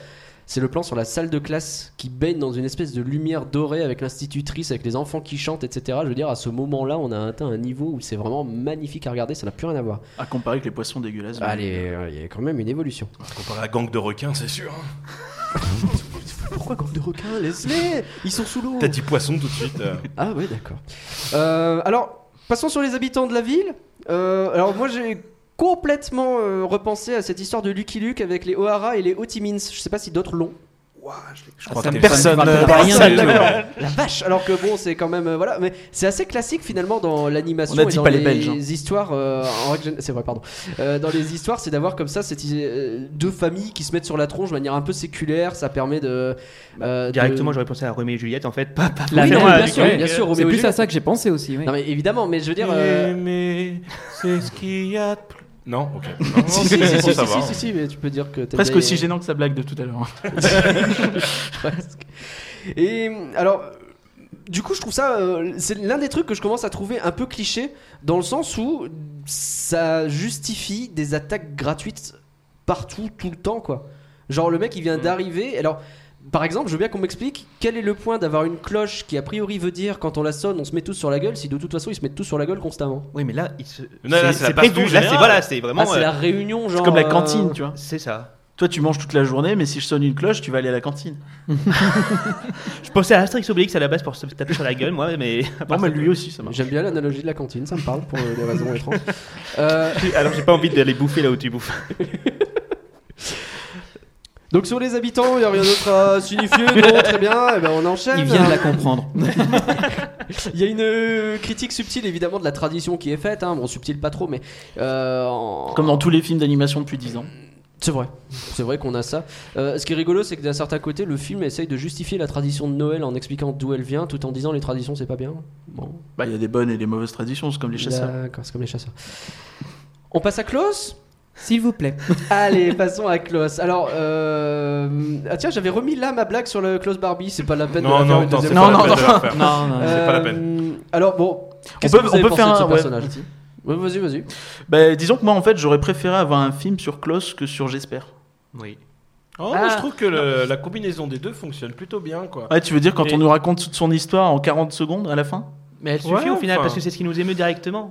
Speaker 4: c'est le plan sur la salle de classe qui baigne dans une espèce de lumière dorée avec l'institutrice, avec les enfants qui chantent, etc. Je veux dire, à ce moment-là, on a atteint un niveau où c'est vraiment magnifique à regarder, ça n'a plus rien à voir.
Speaker 5: À comparer avec les poissons dégueulasses. de-
Speaker 4: Allez, euh, il y a quand même une évolution.
Speaker 6: Comparé à Gang de requins, c'est sûr. hein.
Speaker 4: Pourquoi groupe de requins Laisse-les Ils sont sous l'eau
Speaker 6: T'as dit poisson tout de suite. euh.
Speaker 4: Ah ouais, d'accord. Euh, alors, passons sur les habitants de la ville. Euh, alors moi, j'ai complètement euh, repensé à cette histoire de Lucky Luke avec les O'Hara et les Otimins. Je sais pas si d'autres l'ont.
Speaker 6: Je
Speaker 9: Ah,
Speaker 6: crois
Speaker 7: Ça
Speaker 6: que
Speaker 7: me-
Speaker 6: t'es-
Speaker 7: ça me
Speaker 5: Euh, bah,
Speaker 7: rappelle rien
Speaker 6: personne
Speaker 7: du tout.
Speaker 6: ne-
Speaker 4: Alors, la vache. Alors que bon, c'est quand même euh, voilà, mais c'est assez classique finalement dans l'animation
Speaker 5: On a
Speaker 4: et
Speaker 5: dit
Speaker 4: dans
Speaker 5: pas
Speaker 4: les,
Speaker 5: les Belges, hein.
Speaker 4: histoires. euh, en règle générale- c'est vrai, pardon. Euh, dans les histoires, c'est d'avoir comme ça cette, euh, deux familles qui se mettent sur la tronche de manière un peu séculaire. Ça permet de euh, de-
Speaker 3: Directement, j'aurais pensé à Roméo et Juliette en fait. Pas, pas-
Speaker 7: La
Speaker 4: Oui,
Speaker 7: mère,
Speaker 4: non, bien
Speaker 7: bien
Speaker 4: sûr,
Speaker 7: sûr.
Speaker 4: bien sûr,
Speaker 7: C'est
Speaker 4: Roméo et
Speaker 7: plus à
Speaker 4: Juliette.
Speaker 7: ça que j'ai pensé aussi. Oui.
Speaker 4: Non mais évidemment, mais je veux dire. euh,
Speaker 6: Aimer, c'est ce qu'il y a de plus- Non, ok. Non, non,
Speaker 4: si, si, si, si,
Speaker 6: bon,
Speaker 4: si,
Speaker 6: ça va.
Speaker 4: si, si, si, mais tu peux dire que t'es
Speaker 5: Presque
Speaker 4: bien-
Speaker 5: aussi gênant que sa blague de tout à l'heure.
Speaker 4: Presque. Et alors, du coup, je trouve ça, euh, c'est l'un des trucs que je commence à trouver un peu cliché, dans le sens où ça justifie des attaques gratuites partout, tout le temps, quoi. Genre le mec, il
Speaker 5: Mm.
Speaker 4: vient d'arriver. Alors, par exemple, je veux bien qu'on m'explique quel est le point d'avoir une cloche qui a priori veut dire quand on la sonne, on se met tous sur la gueule, si de toute façon ils se mettent tous sur la gueule constamment.
Speaker 3: Oui, mais là, il se-
Speaker 9: là,
Speaker 3: c'est-
Speaker 9: c'est la
Speaker 3: c'est prévu.
Speaker 9: baston
Speaker 3: Là, c'est
Speaker 9: générale.
Speaker 3: voilà, c'est vraiment.
Speaker 4: ah, c'est
Speaker 3: euh,
Speaker 4: la réunion, genre.
Speaker 5: C'est comme la
Speaker 4: euh,
Speaker 5: cantine, tu vois.
Speaker 3: C'est ça.
Speaker 5: Toi, tu manges toute la journée, mais si je sonne une cloche, tu vas aller à la cantine.
Speaker 3: Je pensais à Asterix Obélix à la base pour se taper sur la gueule, moi, mais.
Speaker 5: Non, mais lui aussi, ça marche.
Speaker 4: J'aime bien l'analogie de la cantine, ça me parle pour euh, des raisons étranges. Euh,
Speaker 3: Alors, j'ai pas envie d'aller bouffer là où tu bouffes.
Speaker 4: Donc sur les habitants, il n'y a rien d'autre à signifier, non, très bien, eh ben on enchaîne.
Speaker 7: Il vient de la comprendre.
Speaker 4: Il y a une euh, critique subtile évidemment de la tradition qui est faite, hein. bon subtile pas trop, mais... euh, en-
Speaker 5: Comme dans tous les films d'animation depuis 10 ans.
Speaker 4: C'est vrai, c'est vrai qu'on a ça. Euh, ce qui est rigolo, c'est que d'un certain côté, le film essaye de justifier la tradition de Noël en expliquant d'où elle vient, tout en disant les traditions c'est pas bien. Bon,
Speaker 5: Bah, il y a des bonnes et des mauvaises traditions, c'est comme les chasseurs.
Speaker 4: d'accord, c'est comme les chasseurs. On passe à Klaus
Speaker 7: S'il vous plaît.
Speaker 4: Allez, passons à Klaus. Alors, euh... ah tiens, j'avais remis là ma blague sur le Klaus Barbie, c'est pas la peine de la
Speaker 6: Non,
Speaker 4: faire
Speaker 6: non,
Speaker 4: une
Speaker 6: attends, c'est
Speaker 4: deuxième
Speaker 6: pas
Speaker 4: fois.
Speaker 6: la
Speaker 7: Non,
Speaker 6: peine
Speaker 7: non,
Speaker 6: de la faire.
Speaker 7: Non, non.
Speaker 6: c'est pas la peine.
Speaker 4: Euh, Alors bon, qu'est-ce
Speaker 5: peut-
Speaker 4: que vous avez
Speaker 5: on peut
Speaker 4: pensé
Speaker 5: faire
Speaker 4: de ce
Speaker 5: un- ouais.
Speaker 4: personnage Ouais, Vas-y, vas-y.
Speaker 5: Bah, disons que moi, en fait, j'aurais préféré avoir un film sur Klaus que sur J'espère.
Speaker 3: Oui.
Speaker 6: Oh,
Speaker 7: Ah.
Speaker 6: je trouve que le- la combinaison des deux fonctionne plutôt bien, quoi.
Speaker 5: Ouais, tu veux dire quand
Speaker 6: Et-
Speaker 5: on nous raconte toute son histoire en 40 secondes à la fin
Speaker 3: Mais elle suffit
Speaker 6: Ouais,
Speaker 3: au final
Speaker 6: enfin.
Speaker 3: parce que c'est ce qui nous émeut directement.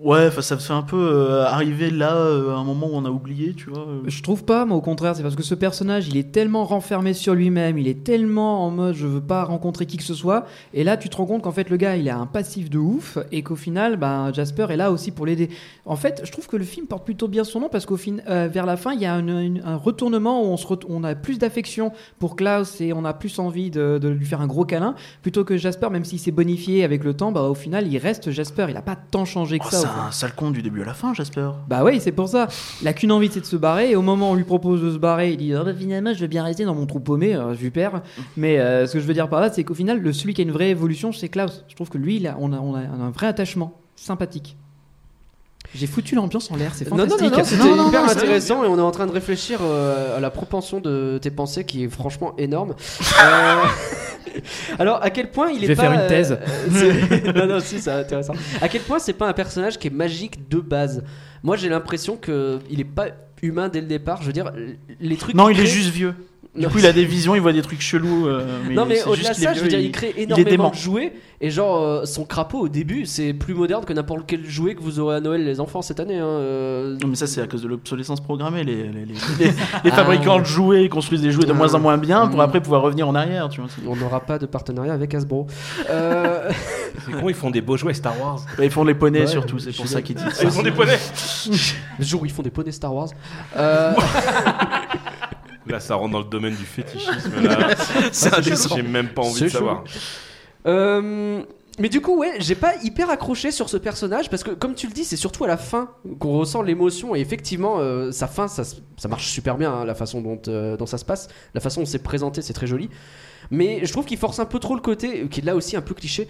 Speaker 5: Ouais, 'fin, ça me fait un peu euh, arriver là euh, à un moment où on a oublié, tu vois. euh.
Speaker 7: Je trouve pas, moi au contraire, c'est parce que ce personnage, il est tellement renfermé sur lui-même, il est tellement en mode je veux pas rencontrer qui que ce soit, et là tu te rends compte qu'en fait le gars, il a un passif de ouf, et qu'au final, ben, Jasper est là aussi pour l'aider. En fait, je trouve que le film porte plutôt bien son nom parce qu'au fin, euh, vers la fin, il y a une- une- un retournement où on, se ret- on a plus d'affection pour Klaus et on a plus envie de, de lui faire un gros câlin, plutôt que Jasper, même s'il s'est bonifié avec le temps, bah au final, il reste Jasper, il a pas tant changé que
Speaker 5: Oh,
Speaker 7: ça. au
Speaker 5: c'est
Speaker 7: final.
Speaker 5: un sale con du début à la fin, j'espère.
Speaker 7: Bah oui, c'est pour ça. Il a qu'une envie, c'est de se barrer. Et au moment où on lui propose de se barrer, il dit Ah bah, finalement, je vais bien rester dans mon trou paumé, euh, super. Mais euh, ce que je veux dire par là, c'est qu'au final, le celui qui a une vraie évolution, c'est Klaus. Je trouve que lui, il a- on, a, on a un vrai attachement sympathique. J'ai foutu l'ambiance en l'air, c'est
Speaker 4: Non, non, non,
Speaker 7: fantastique.
Speaker 4: non, c'était
Speaker 7: Non, non,
Speaker 4: hyper
Speaker 7: non, c'est-
Speaker 4: intéressant et on est en train de réfléchir euh, à la propension de tes pensées qui est franchement énorme. Euh, Alors, à quel point il
Speaker 7: Je
Speaker 4: est
Speaker 7: vais
Speaker 4: pas,
Speaker 7: faire une
Speaker 4: euh,
Speaker 7: thèse.
Speaker 4: c'est- non, non, si, c'est intéressant. À quel point c'est pas un personnage qui est magique de base Moi, j'ai l'impression que il est pas humain dès le départ. Je veux dire, les trucs.
Speaker 5: Non,
Speaker 4: qu'il
Speaker 5: il est
Speaker 4: crée-
Speaker 5: juste vieux. Du
Speaker 4: Non.
Speaker 5: coup, il a des visions, il voit des trucs chelous. euh, mais
Speaker 4: Non mais
Speaker 5: c'est
Speaker 4: au-delà de
Speaker 5: juste qu'il est
Speaker 4: ça, je veux
Speaker 5: vieux,
Speaker 4: dire,
Speaker 5: il-
Speaker 4: il crée
Speaker 5: est
Speaker 4: énormément
Speaker 5: dément.
Speaker 4: de jouets et genre euh, son crapaud au début, c'est plus moderne que n'importe quel jouet que vous aurez à Noël les enfants cette année. hein, euh,
Speaker 5: Non, mais ça, c'est à cause de l'obsolescence programmée. Les, les, les- les- les fabricants de jouets construisent des jouets de
Speaker 4: Ah.
Speaker 5: moins en moins bien pour
Speaker 4: Mm.
Speaker 5: après pouvoir revenir en arrière, tu vois.
Speaker 4: On n'aura pas de partenariat avec Hasbro. Euh,
Speaker 6: C'est con, ils font des beaux jouets Star Wars.
Speaker 5: Bah, ils font les poneys
Speaker 4: Ouais,
Speaker 5: surtout, c'est
Speaker 4: je
Speaker 5: pour
Speaker 4: suis
Speaker 5: ça qu'ils disent
Speaker 6: Ah,
Speaker 5: ça.
Speaker 6: Ils font des poneys
Speaker 4: le jour où ils font des poneys Star Wars. Euh,
Speaker 6: Là, ça rentre dans le domaine du fétichisme. là.
Speaker 5: C'est indécent.
Speaker 6: J'ai même pas envie
Speaker 4: C'est
Speaker 6: de
Speaker 4: chaud.
Speaker 6: savoir.
Speaker 4: euh, mais du coup, ouais, j'ai pas hyper accroché sur ce personnage parce que, comme tu le dis, c'est surtout à la fin qu'on ressent l'émotion et effectivement, euh, sa fin, ça, se- ça marche super bien, hein, la façon dont, euh, dont ça se passe, la façon dont c'est présenté, c'est très joli. Mais je trouve qu'il force un peu trop le côté, euh, qui est là aussi un peu cliché.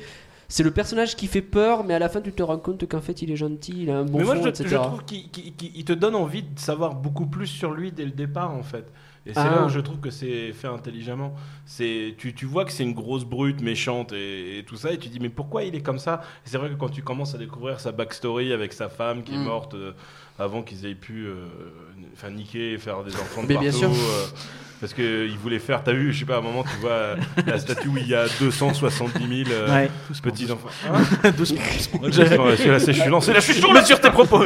Speaker 4: C'est le personnage qui fait peur, mais à la fin, tu te rends compte qu'en fait, il est gentil, il a un bon
Speaker 6: Mais moi,
Speaker 4: fond,
Speaker 6: je,
Speaker 4: etc.
Speaker 6: je trouve qu'il qu'il- qu'il- il te donne envie de savoir beaucoup plus sur lui dès le départ, en fait. Et c'est
Speaker 4: Ah.
Speaker 6: là où je trouve que c'est fait intelligemment. C'est tu, tu vois que c'est une grosse brute méchante et, et tout ça, et tu dis mais pourquoi il est comme ça Et C'est vrai que quand tu commences à découvrir sa backstory avec sa femme qui est
Speaker 4: Mm.
Speaker 6: morte euh, avant qu'ils aient pu euh, enfin, niquer et faire des enfants de
Speaker 4: Mais
Speaker 6: partout.
Speaker 4: bien sûr.
Speaker 6: euh, parce qu'ils voulaient faire, t'as vu, je sais pas, à un moment, tu vois euh, la statue où il y a 270 000 euh,
Speaker 5: Ouais.
Speaker 6: petits enfants. Je suis là, c'est- je suis lancé, là, je suis sur le- sur tes propos.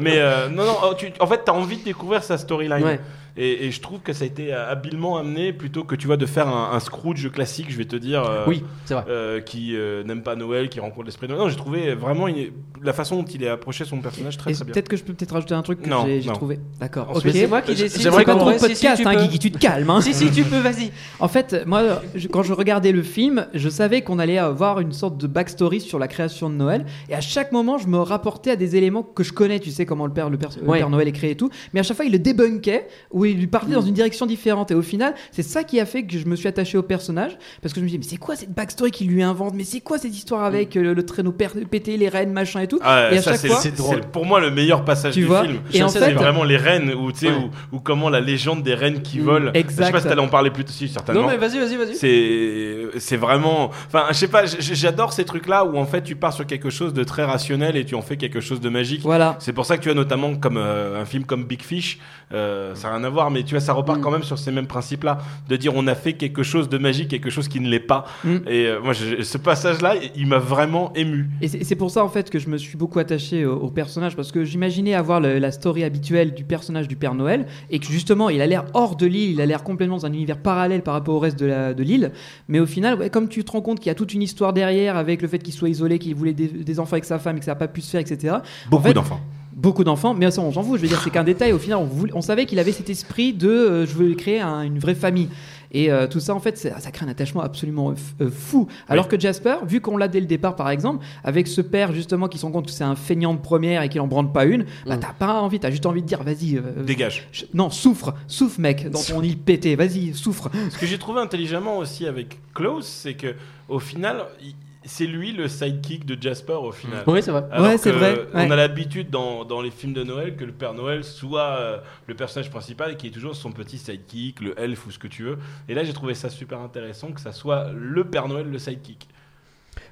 Speaker 6: Mais euh, non, non, oh, tu- en fait, t'as envie de découvrir sa storyline.
Speaker 4: Ouais.
Speaker 6: Et, et je trouve que ça a été euh, habilement amené plutôt que tu vois de faire un, un Scrooge classique, je vais te dire. euh,
Speaker 4: Oui, c'est vrai.
Speaker 6: euh, qui euh, n'aime pas Noël, qui rencontre l'esprit de Noël. Non, j'ai trouvé vraiment une- la façon dont il est approché son personnage très
Speaker 7: Et
Speaker 6: très bien.
Speaker 7: Peut-être que je peux peut-être rajouter un truc que
Speaker 6: Non,
Speaker 7: j'ai j'ai
Speaker 6: non.
Speaker 7: trouvé. D'accord.
Speaker 6: Ensuite,
Speaker 7: ok.
Speaker 4: C'est moi qui décide.
Speaker 5: j'aimerais
Speaker 4: c'est
Speaker 7: pas
Speaker 4: pas
Speaker 7: trop
Speaker 4: toi.
Speaker 7: de
Speaker 4: Si, si,
Speaker 7: podcast,
Speaker 4: tu
Speaker 7: hein,
Speaker 4: peux.
Speaker 7: Guigui, tu te calmes. Hein.
Speaker 4: Si, si, tu peux, vas-y.
Speaker 7: En fait, moi, je- quand je regardais le film, je savais qu'on allait avoir une sorte de backstory sur la création de Noël. Et à chaque moment, je me rapportais à des éléments que je connais. Tu sais comment le Père, le père, le
Speaker 4: Ouais.
Speaker 7: Père Noël est créé et tout. Mais à chaque fois, il le débunkait ou il lui parlait
Speaker 4: Mm.
Speaker 7: dans une direction différente. Et au final, c'est ça qui a fait que je me suis attaché au personnage. Parce que je me disais, mais c'est quoi cette backstory qu'il lui invente Mais c'est quoi cette histoire avec
Speaker 4: Mm.
Speaker 7: euh, le, le traîneau per- pété, les reines, machin et tout
Speaker 6: Ah,
Speaker 7: Et à
Speaker 6: ça,
Speaker 7: chaque
Speaker 6: c'est-
Speaker 7: fois-
Speaker 6: c'est c'est pour moi le meilleur
Speaker 4: Ah,
Speaker 6: passage
Speaker 7: Tu
Speaker 6: du
Speaker 7: vois
Speaker 6: film.
Speaker 7: Et en
Speaker 6: C'est
Speaker 7: fait-
Speaker 6: vraiment les reines ou tu sais
Speaker 4: Ouais.
Speaker 6: ou, ou comment la légende des reines qui
Speaker 4: Mm,
Speaker 6: volent. Je sais
Speaker 7: exact.
Speaker 6: pas si t'allais en parler plus tôt, si certainement.
Speaker 4: Non, mais vas-y, vas-y, vas-y.
Speaker 6: C'est c'est vraiment. Enfin, je sais pas, j- j'adore ces trucs-là où en fait tu pars sur quelque chose de très rationnel et tu en fais quelque chose de magique.
Speaker 7: Voilà.
Speaker 6: C'est pour ça que tu as notamment comme euh, un film comme Big Fish, euh, ça n'a rien à voir, mais tu vois, ça repart
Speaker 4: Mm.
Speaker 6: quand même sur ces mêmes principes-là, de dire on a fait quelque chose de magique, quelque chose qui ne l'est pas.
Speaker 7: Mm.
Speaker 6: Et euh, moi, je- ce passage-là, il m'a vraiment ému.
Speaker 7: Et c'est c'est pour ça en fait que je me suis beaucoup attaché au, au personnage parce que j'imaginais avoir le- la story habituelle du personnage du Père Noël et que justement il a l'air hors de l'île, il a l'air complètement dans un univers parallèle par rapport au reste de la- de l'île. Mais au final, ouais, comme tu te rends compte qu'il y a toute une histoire derrière avec le fait qu'il soit isolé, qu'il voulait des, des enfants avec sa femme et que ça n'a pas pu se faire, etc.
Speaker 6: Beaucoup
Speaker 7: En fait,
Speaker 6: d'enfants.
Speaker 7: Beaucoup d'enfants, mais ça on s'en fout, je veux dire c'est qu'un détail, au final on, voulait- on savait qu'il avait cet esprit de euh, je veux créer un- une vraie famille. Et euh, tout ça en fait ça, ça crée un attachement absolument euh, f- euh, fou. Alors que Jasper, vu qu'on l'a dès le départ par exemple, avec ce père justement qui se rend compte que c'est un feignant de première et qu'il en branle pas une, bah
Speaker 4: Mm.
Speaker 7: t'as pas envie, t'as juste envie de dire vas-y, euh,
Speaker 6: Dégage.
Speaker 7: je- non souffre, souffre mec, dans ton île pété, vas-y, souffre.
Speaker 6: Ce que j'ai trouvé intelligemment aussi avec Klaus, c'est que au final, il- c'est lui le sidekick de Jasper au final.
Speaker 4: Oui, c'est vrai.
Speaker 6: Alors
Speaker 7: Ouais, c'est
Speaker 6: que
Speaker 7: vrai, ouais.
Speaker 6: On a l'habitude dans, dans les films de Noël que le Père Noël soit euh, le personnage principal et qui est toujours son petit sidekick, le elfe ou ce que tu veux. Et là, j'ai trouvé ça super intéressant que ça soit le Père Noël, le sidekick.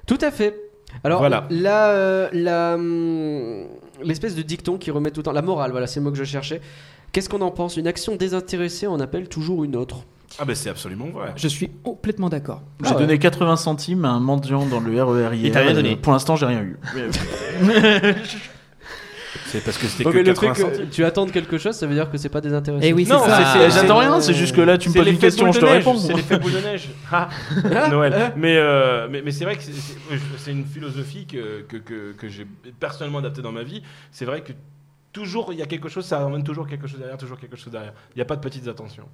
Speaker 4: Tout à fait. Alors
Speaker 6: Voilà.
Speaker 4: là, euh, la, hum, l'espèce de dicton qui remet tout le temps, la morale, voilà, c'est le mot que je cherchais. Qu'est-ce qu'on en pense Une action désintéressée en appelle toujours une autre.
Speaker 6: Ah, ben c'est absolument vrai.
Speaker 7: Je suis complètement d'accord.
Speaker 5: J'ai donné 80 centimes à un mendiant dans le RER hier.
Speaker 3: Il t'a rien
Speaker 5: euh,
Speaker 3: donné.
Speaker 5: Pour l'instant, j'ai rien eu.
Speaker 6: C'est parce que c'était
Speaker 4: Oh,
Speaker 6: que
Speaker 4: mais le fait
Speaker 6: 80
Speaker 4: que tu attendes quelque chose, ça veut dire que c'est pas désintéressé.
Speaker 7: Et oui, c'est
Speaker 6: Non,
Speaker 7: ça.
Speaker 6: c'est-
Speaker 5: Euh,
Speaker 6: c'est-
Speaker 5: J'attends rien, c'est juste que là, tu me
Speaker 6: C'est
Speaker 5: poses une
Speaker 6: l'effet
Speaker 5: question,
Speaker 6: boule
Speaker 5: je
Speaker 6: de
Speaker 5: te
Speaker 6: neige,
Speaker 5: réponds.
Speaker 6: C'est l'effet boule de neige. Ah, Noël. Mais, euh, mais, mais c'est vrai que c'est- c'est c'est une philosophie que, que, que, que j'ai personnellement adaptée dans ma vie. C'est vrai que toujours, il y a quelque chose, ça ramène toujours quelque chose derrière, toujours quelque chose derrière. Il n'y a pas de petites attentions.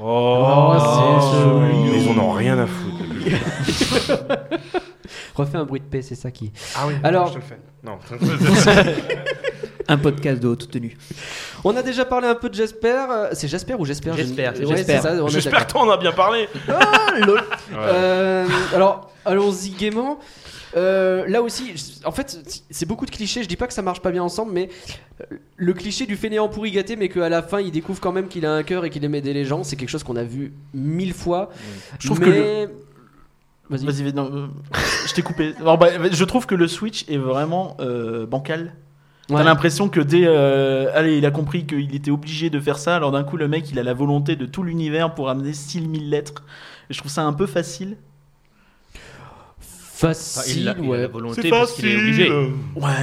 Speaker 4: Oh, c'est joli.
Speaker 6: Mais Ils en ont rien à foutre.
Speaker 4: Refais un bruit de paix, c'est ça qui.
Speaker 6: Ah oui,
Speaker 4: Alors-
Speaker 6: je te le fais. Non.
Speaker 7: Un podcast de haute tenue.
Speaker 4: On a déjà parlé un peu de Jasper. euh, C'est Jasper ou Jasper je-
Speaker 3: Jasper, c'est
Speaker 4: Ouais,
Speaker 3: Jasper.
Speaker 4: c'est ça, on est
Speaker 6: J'espère que t'en as bien parlé.
Speaker 4: d'accord. Ah, Lol.
Speaker 6: Ouais.
Speaker 4: Euh, alors, allons-y gaiement. Euh, là aussi, je- en fait, c'est beaucoup de clichés. Je dis pas que ça marche pas bien ensemble, mais euh, le cliché du fainéant pourri gâté, mais qu'à la fin il découvre quand même qu'il a un cœur et qu'il aime aider les gens, c'est quelque chose qu'on a vu mille fois.
Speaker 5: Je trouve
Speaker 4: mais...
Speaker 5: que le-
Speaker 4: Vas-y.
Speaker 5: Vas-y, vas-y, non, euh, je t'ai coupé. Alors, bah, je trouve que le Switch est vraiment euh, bancal. T'as
Speaker 4: Ouais.
Speaker 5: l'impression que dès. euh, allez, il a compris qu'il était obligé de faire ça, alors d'un coup, le mec, il a la volonté de tout l'univers pour amener 6000 lettres. Et je trouve ça un peu facile.
Speaker 3: Enfin,
Speaker 4: Facile,
Speaker 3: Ah, il a, il a
Speaker 4: ouais.
Speaker 3: la volonté parce qu'il est obligé.
Speaker 5: Ouais,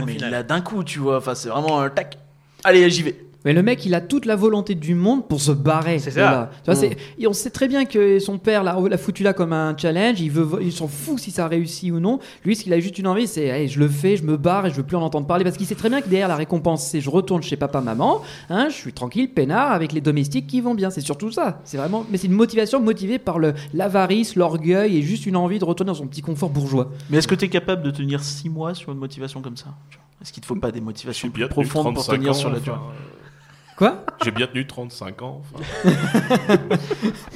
Speaker 5: mais là, d'un coup, tu vois. Enfin, c'est vraiment un tac. Allez, j'y vais.
Speaker 7: Mais le mec, il a toute la volonté du monde pour se barrer.
Speaker 3: C'est
Speaker 7: de
Speaker 3: ça.
Speaker 7: là. Tu vois, c'est- Mmh. et on sait très bien que son père l'a l'a foutu là comme un challenge. Il, veut, il s'en fout si ça réussit ou non. Lui, ce qu'il a juste une envie, c'est Allez, je le fais, je me barre et je veux plus en entendre parler. Parce qu'il sait très bien que derrière la récompense, c'est je retourne chez papa, maman. Hein, je suis tranquille, peinard, avec les domestiques qui vont bien. C'est surtout ça. C'est vraiment. Mais c'est une motivation motivée par le- l'avarice, l'orgueil et juste une envie de retourner dans son petit confort bourgeois.
Speaker 5: Mais est-ce que t'es capable de tenir 6 mois sur une motivation comme ça tu vois Est-ce qu'il te faut pas des motivations plus profondes pour tenir sur la durée
Speaker 7: Quoi
Speaker 6: J'ai bien tenu 35 ans. enfin.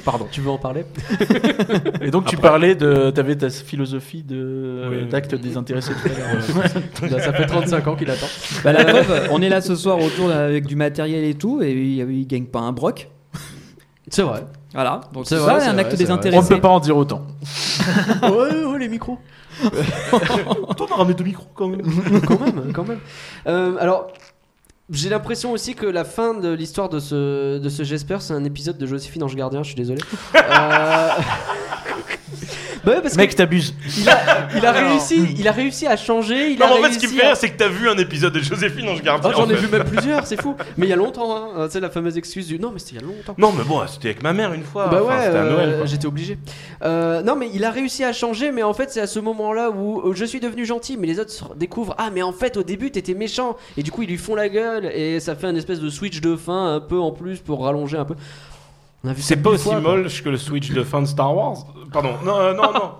Speaker 4: Pardon, tu veux en parler
Speaker 5: Et donc tu parlais de, t'avais ta philosophie de
Speaker 6: Oui.
Speaker 5: d'acte désintéressé. tout à l'heure.
Speaker 4: Ça fait 35 ans qu'il attend.
Speaker 7: Bah, la preuve, on est là ce soir autour avec du matériel et tout. Et il, il gagne pas un broc.
Speaker 4: C'est vrai.
Speaker 7: Voilà, donc
Speaker 4: C'est
Speaker 7: c'est
Speaker 4: vrai,
Speaker 7: ça
Speaker 4: c'est
Speaker 7: un
Speaker 4: vrai,
Speaker 7: acte
Speaker 4: c'est vrai.
Speaker 5: On
Speaker 7: désintéressé.
Speaker 5: ne peut pas en dire autant.
Speaker 4: oh, les micros.
Speaker 5: Toi, t'as ramené deux micros quand même.
Speaker 4: quand même, quand même. Euh, alors, j'ai l'impression aussi que la fin de l'histoire de ce, de ce Jasper, c'est un épisode de Joséphine Ange Gardien, je suis désolé. Euh, bah ouais, parce
Speaker 5: Mec, t'abuses.
Speaker 4: qu'il a, il a réussi, il a réussi à changer. Il
Speaker 6: Non,
Speaker 4: a
Speaker 6: mais en fait,
Speaker 4: réussi
Speaker 6: ce qui me
Speaker 4: à-
Speaker 6: fait rire, c'est que t'as vu un épisode de Joséphine Ange Gardien.
Speaker 4: Oh, J'en ai
Speaker 6: en fait.
Speaker 4: vu même plusieurs, c'est fou. Mais il y a longtemps, hein. Euh, tu sais, la fameuse excuse du non, mais c'était il y a longtemps.
Speaker 6: Non, mais bon, c'était avec ma mère une fois.
Speaker 4: Bah
Speaker 6: Ah, Enfin,
Speaker 4: ouais,
Speaker 6: c'était à
Speaker 4: euh,
Speaker 6: Noël. quoi.
Speaker 4: j'étais obligé. Euh, non, mais il a réussi à changer, mais en fait, c'est à ce moment-là où euh, je suis devenu gentil, mais les autres se découvrent Ah, mais en fait, au début, t'étais méchant. Et du coup, ils lui font la gueule, et ça fait un espèce de switch de fin un peu en plus pour rallonger un peu. On a vu ça
Speaker 6: C'est pas
Speaker 4: mille
Speaker 6: aussi
Speaker 4: fois, quoi.
Speaker 6: moche que le Switch de fin de Star Wars. Pardon. Non, euh, non, non.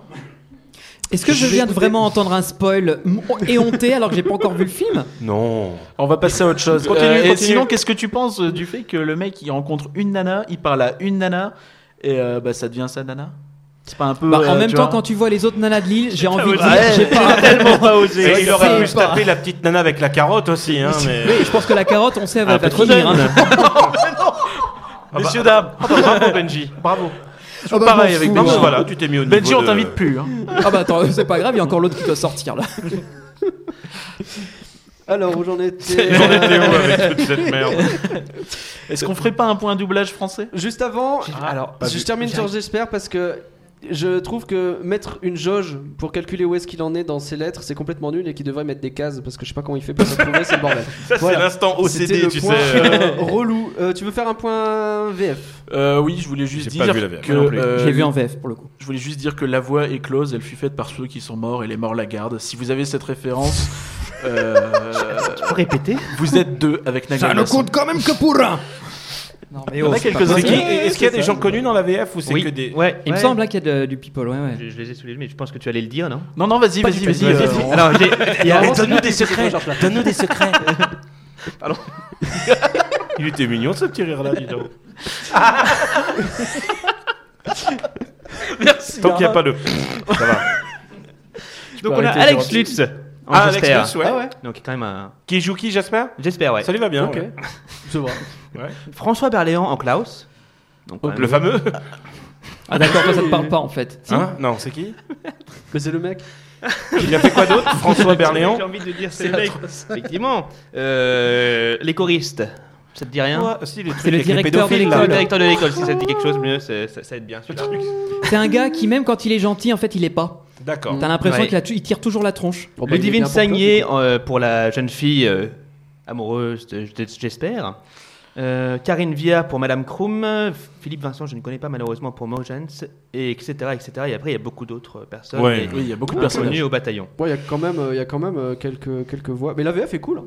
Speaker 7: Est-ce que je,
Speaker 5: Je vais
Speaker 7: viens de
Speaker 5: couper.
Speaker 7: vraiment entendre un spoil m- éhonté alors que j'ai pas encore vu le film
Speaker 6: non.
Speaker 5: On va passer à autre chose. Euh,
Speaker 6: Continue,
Speaker 5: et
Speaker 6: continue.
Speaker 5: sinon, qu'est-ce que tu penses euh, du fait que le mec il rencontre une nana, il parle à une nana et euh, bah ça devient sa nana C'est pas un peu
Speaker 7: Bah, En
Speaker 5: euh,
Speaker 7: même
Speaker 5: tu
Speaker 7: temps,
Speaker 5: vois Ah,
Speaker 7: quand tu vois les autres nanas de l'île, j'ai envie de dire,
Speaker 5: Ouais.
Speaker 7: j'ai pas.
Speaker 5: tellement pas osé.
Speaker 6: Et il aurait pu se
Speaker 7: pas.
Speaker 6: taper la petite nana avec la carotte aussi, hein, mais.
Speaker 7: Oui, je pense que la carotte, on sait, elle
Speaker 5: Ah,
Speaker 7: va pas
Speaker 5: pas trop
Speaker 7: finir.
Speaker 5: jeune.
Speaker 7: hein.
Speaker 6: bah,
Speaker 5: Messieurs dames,
Speaker 6: bravo Benji. Bravo.
Speaker 7: Ah bah,
Speaker 5: Oh, pareil
Speaker 7: m'en
Speaker 5: avec
Speaker 7: fous,
Speaker 6: Non, mais
Speaker 7: moi.
Speaker 6: voilà, tu t'es mis au niveau.
Speaker 5: Benji, on
Speaker 6: de-
Speaker 5: t'invite plus. hein.
Speaker 7: Ah bah attends, c'est pas grave, il y a encore l'autre qui doit sortir là.
Speaker 4: Alors, où j'en étais.
Speaker 6: J'en étais où avec toute cette merde
Speaker 5: Est-ce qu'on ferait pas un point doublage français
Speaker 4: Juste avant, alors,
Speaker 6: Ah, pas
Speaker 4: je
Speaker 6: vu.
Speaker 4: termine sur J'espère parce que je trouve que mettre une jauge pour calculer où est-ce qu'il en est dans ses lettres, c'est complètement nul et qu'il devrait mettre des cases parce que je sais pas comment il fait pour se trouver, c'est le bordel.
Speaker 6: Ça,
Speaker 4: Voilà.
Speaker 6: c'est l'instant
Speaker 4: C'était
Speaker 6: OCD,
Speaker 4: le
Speaker 6: tu sais.
Speaker 4: point,
Speaker 6: euh.
Speaker 4: euh, relou. Euh, tu veux faire un point VF
Speaker 5: Euh, oui, je voulais juste
Speaker 6: J'ai pas
Speaker 5: dire
Speaker 6: vu la VF,
Speaker 5: que
Speaker 6: moi non plus.
Speaker 5: euh,
Speaker 7: Je l'ai vu en VF pour le coup.
Speaker 5: je voulais juste dire que la voix est close, elle fut faite par ceux qui sont morts et les morts la gardent. Si vous avez cette référence, euh,
Speaker 3: Répétez.
Speaker 5: vous êtes deux avec Nagel. Masson.
Speaker 10: quand même que pour un
Speaker 7: Non, mais
Speaker 5: oh, c'est pas
Speaker 7: quelques-uns.
Speaker 6: C'est qui-
Speaker 7: Il
Speaker 6: Est-ce qu'il y a des gens connus dans la VF ou c'est que des.
Speaker 3: Ouais,
Speaker 7: me
Speaker 3: ouais.
Speaker 7: semble là, qu'il y a de- du people, ouais, ouais.
Speaker 3: Je, je les ai sous les yeux, mais je pense que tu allais le dire, non
Speaker 5: Non, non, vas-y, vas-y, vas-y. euh, on-
Speaker 3: Alors, j'ai. il y a-
Speaker 4: Donne-nous des secrets Donne-nous des secrets
Speaker 6: Il était mignon ce petit rire là, dis donc.
Speaker 5: Merci.
Speaker 6: Tant qu'il n'y a
Speaker 5: Bernard.
Speaker 6: pas de. Ça va.
Speaker 3: Donc, on
Speaker 5: peux
Speaker 3: a
Speaker 5: arrêter
Speaker 3: Alex
Speaker 5: aujourd'hui.
Speaker 3: Lutz. en
Speaker 6: Ah, Alex
Speaker 3: Jasper.
Speaker 6: Lutz, ouais.
Speaker 3: Donc, quand même un.
Speaker 6: Qui joue qui, Jasper
Speaker 3: J'espère, ouais.
Speaker 6: Ça lui va bien.
Speaker 4: Ok.
Speaker 6: ouais.
Speaker 4: C'est vrai.
Speaker 3: François Berléand en Klaus. Donc, quand
Speaker 6: Le
Speaker 3: même-
Speaker 6: fameux
Speaker 7: Ah d'accord, toi ça te parle pas en fait.
Speaker 5: Ah.
Speaker 7: Si.
Speaker 6: Hein Non, c'est qui
Speaker 4: Mais c'est le mec.
Speaker 6: Il a fait quoi d'autre François Berléand
Speaker 3: J'ai envie de dire, c'est le mec. Effectivement. Euh, les choristes. Ça te dit rien
Speaker 6: Toi, si, les trucs
Speaker 7: C'est le
Speaker 6: avec les
Speaker 7: directeur de
Speaker 6: pédophiles, là.
Speaker 3: C'est le
Speaker 7: l'école.
Speaker 3: directeur de l'école, si ça te dit quelque chose, mieux, c'est- ça, ça aide bien ce truc.
Speaker 7: C'est un gars qui, même quand il est gentil, en fait, il est pas.
Speaker 6: D'accord.
Speaker 7: T'as l'impression
Speaker 3: Ouais.
Speaker 7: qu'il a tu- il tire toujours la tronche.
Speaker 4: Bon, bah,
Speaker 3: Le
Speaker 4: il est
Speaker 3: divine
Speaker 4: bien pour toi,
Speaker 3: Sagné,
Speaker 4: peut-être.
Speaker 3: euh, pour la jeune fille euh, amoureuse, de- de- j'espère. Euh, Karine Via pour Madame Krum, euh, Philippe Vincent, je ne connais pas malheureusement pour Mogens, et etc. etc. Et après, il y a beaucoup d'autres euh, personnes
Speaker 6: Ouais.
Speaker 3: et-
Speaker 5: Oui, il y a beaucoup de personnes.
Speaker 3: inconnues au bataillon.
Speaker 4: Bon, il y a quand même, euh, il y a quand même euh, quelques, quelques voix. Mais la VF est cool. hein.